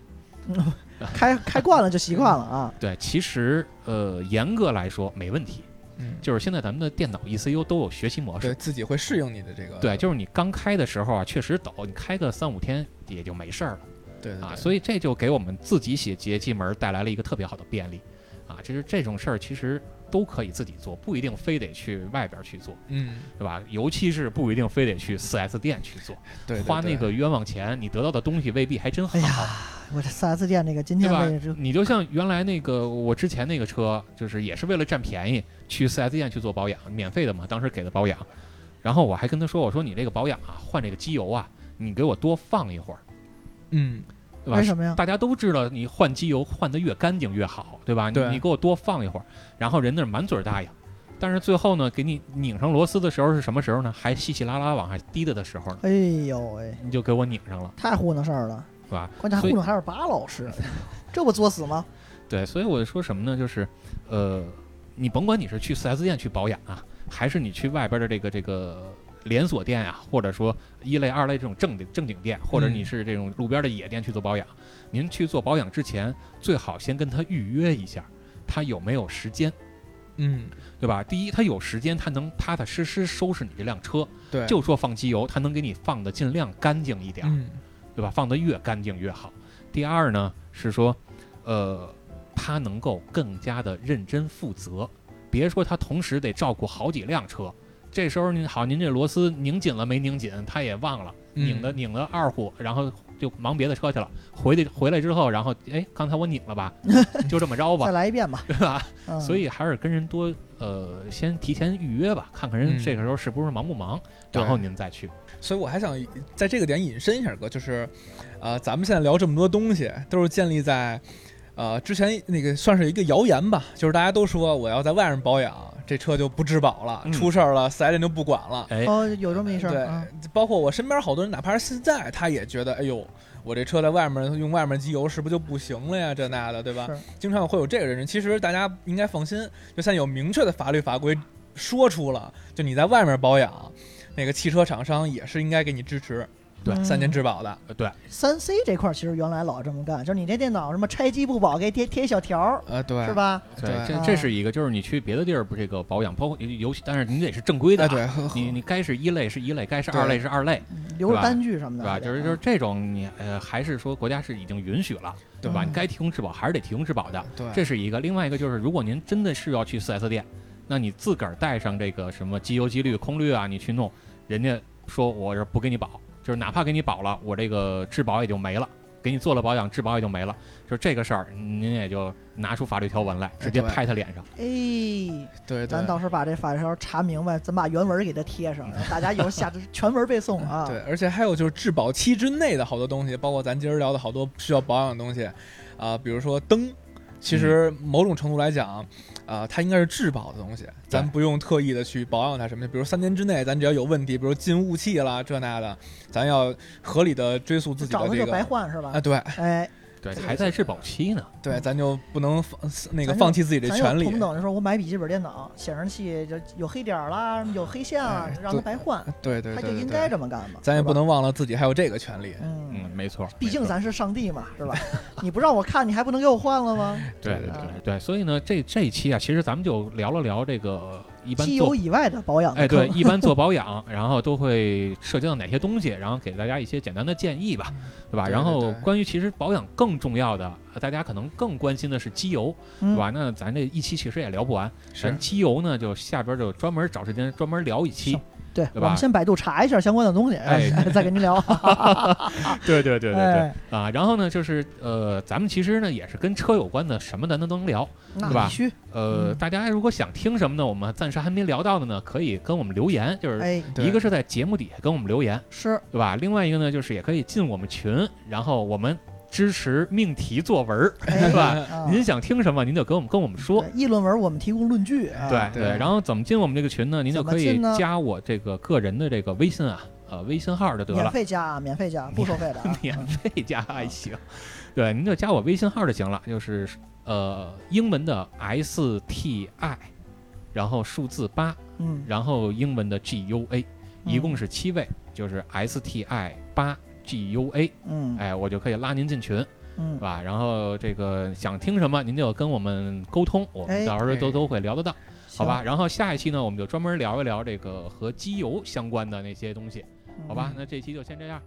B: 开开惯了就习惯了 啊，
A: 对，其实呃严格来说没问题，
C: 嗯，
A: 就是现在咱们的电脑 ECU 都有学习模
C: 对
A: 式，
C: 自己会适应你的这个，
A: 对，就是你刚开的时候啊，确实抖，你开个三五天也就没事儿了。
C: 对对
A: 啊，
C: 对
A: 所以这就给我们自己写节气门儿带来了一个特别好的便利，啊，这是这种事儿其实都可以自己做，不一定非得去外边儿去做，
C: 嗯，
A: 对吧？尤其是不一定非得去 4S 店去做，
C: 对，对
A: 花那
C: 对
A: 个冤枉钱，你得到的东西未必还真好
B: 哎，呀。我这四 S 店这个今
A: 对
B: 天
A: 吧
B: 这这？
A: 你就像原来那个我之前那个车，就是也是为了占便宜去 4S 店去做保养，免费的嘛，当时给的保养，然后我还跟他说，我说你这个保养啊，换这个机油啊，你给我多放一会儿，
C: 嗯，
A: 对吧？
B: 为什么呀？
A: 大家都知道，你换机油换的越干净越好，对吧？你
C: 对
A: 你给我多放一会儿，然后人那儿满嘴答应，但是最后呢，给你拧上螺丝的时候是什么时候呢？还稀稀拉拉往下滴的的时候呢，
B: 哎呦喂，
A: 你就给我拧上了，
B: 太糊弄事儿了，
A: 是吧？
B: 关键还糊
A: 所以
B: 弄还是巴老师， 这不作死吗？
A: 对，所以我说什么呢？就是，呃，你甭管你是去 4S 店去保养啊，还是你去外边的这个这个连锁店啊，或者说一类、二类这种正正经店，或者你
C: 嗯
A: 是这种路边的野店去做保养，您去做保养之前，最好先跟他预约一下，他有没有时间。
C: 嗯，
A: 对吧？第一，他有时间，他能踏踏实实收拾你这辆车。
C: 对，
A: 就说放机油，他能给你放的尽量干净一点儿，
C: 嗯
A: 对吧？放的越干净越好。第二呢，是说，呃，他能够更加的认真负责。别说他同时得照顾好几辆车，这时候您好，您这螺丝拧紧了没拧紧，他也忘了，
C: 嗯
A: 拧的拧的二虎，然后就忙别的车去了。回去回来之后，然后哎，刚才我拧了吧， 就这么着
B: 再
A: 吧，
B: 来一遍吧。
A: 对吧？
B: 嗯、
A: 所以还是跟人多呃，先提前预约吧，看看人
C: 嗯
A: 这个时候是不是忙不忙，
C: 对
A: 然后你们再去。
C: 所以我还想在这个点引申一下哥，就是，呃，咱们现在聊这么多东西，都是建立在，呃，之前那个算是一个谣言吧，就是大家都说我要在外面保养，这车就不质保了，
A: 嗯
C: 出事儿了四 S 店就不管了。
A: 哎，
B: 哦，有这么一事
C: 对
B: 儿啊，
C: 包括我身边好多人，哪怕是现在，他也觉得，哎呦，我这车在外面用外面机油是不是就不行了呀？这那的，对吧
B: 是？
C: 经常会有这个人。其实大家应该放心，就现在有明确的法律法规说出了，就你在外面保养，那个汽车厂商也是应该给你支持。
A: 对
B: 嗯
C: 三年质保的，
A: 呃对，
B: 三 C 这块儿其实原来老这么干，就是你这电脑什么拆机不保，给贴贴一小条儿，
C: 呃，对
B: 是？吧？
C: 对
A: 对，这
B: 啊
A: 这是一个，就是你去别的地儿不这个保养，包括尤其，但是你得是正规的
C: 哎，
A: 啊，
C: 对，呵呵
A: 你你该是一类是一类，该是
C: 对
A: 二类是二类，
B: 嗯留着
A: 吧
B: 单据什么
A: 对
B: 的，
A: 吧？
B: 还得
A: 就是就是这种你呃，还是说国家是已经允许了，对吧？
B: 嗯
A: 你该提供质保还是得提供质保的，
C: 对，
A: 这是一个。另外一个就是，如果您真的是要去 4S 店，那你自个儿带上这个什么机油、机滤、空滤啊，你去弄，人家说我这不给你保，就是哪怕给你保了，我这个质保也就没了。给你做了保养，质保也就没了，就是这个事儿，您也就拿出法律条文来，直接
C: 对
A: 拍他脸上。
B: 哎，
C: 对对
B: 咱到时候把这法条查明白，咱把原文给它贴上，大家以后下全文背诵啊。
C: 对，而且还有就是质保期之内的好多东西，包括咱今儿聊的好多需要保养的东西，啊、比如说灯，其实
B: 嗯
C: 某种程度来讲，啊、它应该是质保的东西，咱不用特意的去保养它什么的。比如三年之内，咱只要有问题，比如进雾气啦这那的，咱要合理的追溯自己
B: 找
C: 的
B: 他
C: 这
B: 就
C: 个
B: 白换是吧
C: 啊，？对
B: 哎，
A: 对，还在质保期呢。
C: 对，咱就不能放那个
B: 嗯咱就
C: 放弃自己的
B: 咱
C: 权
B: 有
C: 利。
B: 同等的说，我买笔记本电脑，显示器就有黑点儿啦，有黑线啊
C: 哎，
B: 让他白换，
C: 对对
B: 他
C: 对
B: 就
C: 对
B: 应
C: 对
B: 该这么干嘛。
C: 咱也
B: 是吧
C: 不，能忘了自己还有这个权利。
A: 嗯，
B: 嗯，
A: 没错。
B: 毕竟
A: 没错
B: 咱是上帝嘛， 是吧？你不让我看，你还不能给我换了吗？
A: 对
C: 对
A: 对
B: 对
A: 嗯对对，所以呢，这这一期啊，其实咱们就聊了聊这个一般
B: 机
A: 做
B: 油以外的保养的
A: 哎，对，
B: 坑，
A: 一般做保养，然后都会涉及到哪些东西，然后给大家一些简单的建议吧，对吧？
C: 对
A: 然后
C: 对对
A: 关于其实保养更重要的，呃大家可能更关心的是机油，对
B: 嗯
A: 吧？那咱这一期其实也聊不完，
C: 是
A: 咱，机油呢，就下边就专门找时间专门聊一期
B: 行。嗯对，
A: 对
B: 我
A: 吧
B: 们先百度查一下相关的东西，
A: 哎
B: 再跟您聊。
A: 对对对
B: 哎，
A: 啊，然后呢，就是呃，咱们其实呢也是跟车有关的，什么咱都能聊。
B: 那
A: 对吧
B: 必须，
A: 呃，
B: 嗯
A: 大家如果想听什么呢，我们暂时还没聊到的呢，可以跟我们留言，就是
B: 哎，
C: 对
A: 一个是在节目底下跟我们留言，
B: 是
A: 对吧？另外一个呢，就是也可以进我们群，然后我们支持命题作文 儿，
B: 哎
A: 是吧？
B: 啊
A: 您想听什么，您就跟我们跟我们说
B: 对。议论文我们提供论据啊。
A: 对
C: 对
A: 然后怎么进我们这个群呢？您就可
B: 怎么
A: 以
B: 进呢
A: 加我这个个人的这个微信啊，呃，微信号就得
B: 免
A: 了，。
B: 费加啊，免费加，不收费的啊
A: 免费加还行。对，您就加我微信号就行了，就是呃，英文的 S T I，然后数字八，
B: 嗯，
A: 然后英文的 G U A，一
B: 嗯
A: 共是七位，就是 S T I 八 G U A，
B: 嗯
A: 哎，我就可以拉您进群。
B: 嗯
A: 是，吧？然后这个想听什么，您就跟我们沟通，我
B: 哎
A: 们到时候
C: 哎
A: 都都会聊得到，好
B: 行
A: 吧？？然后下一期呢，我们就专门聊一聊这个和机油相关的那些东西，好吧？
B: 嗯？哎
A: 那这期就先这样，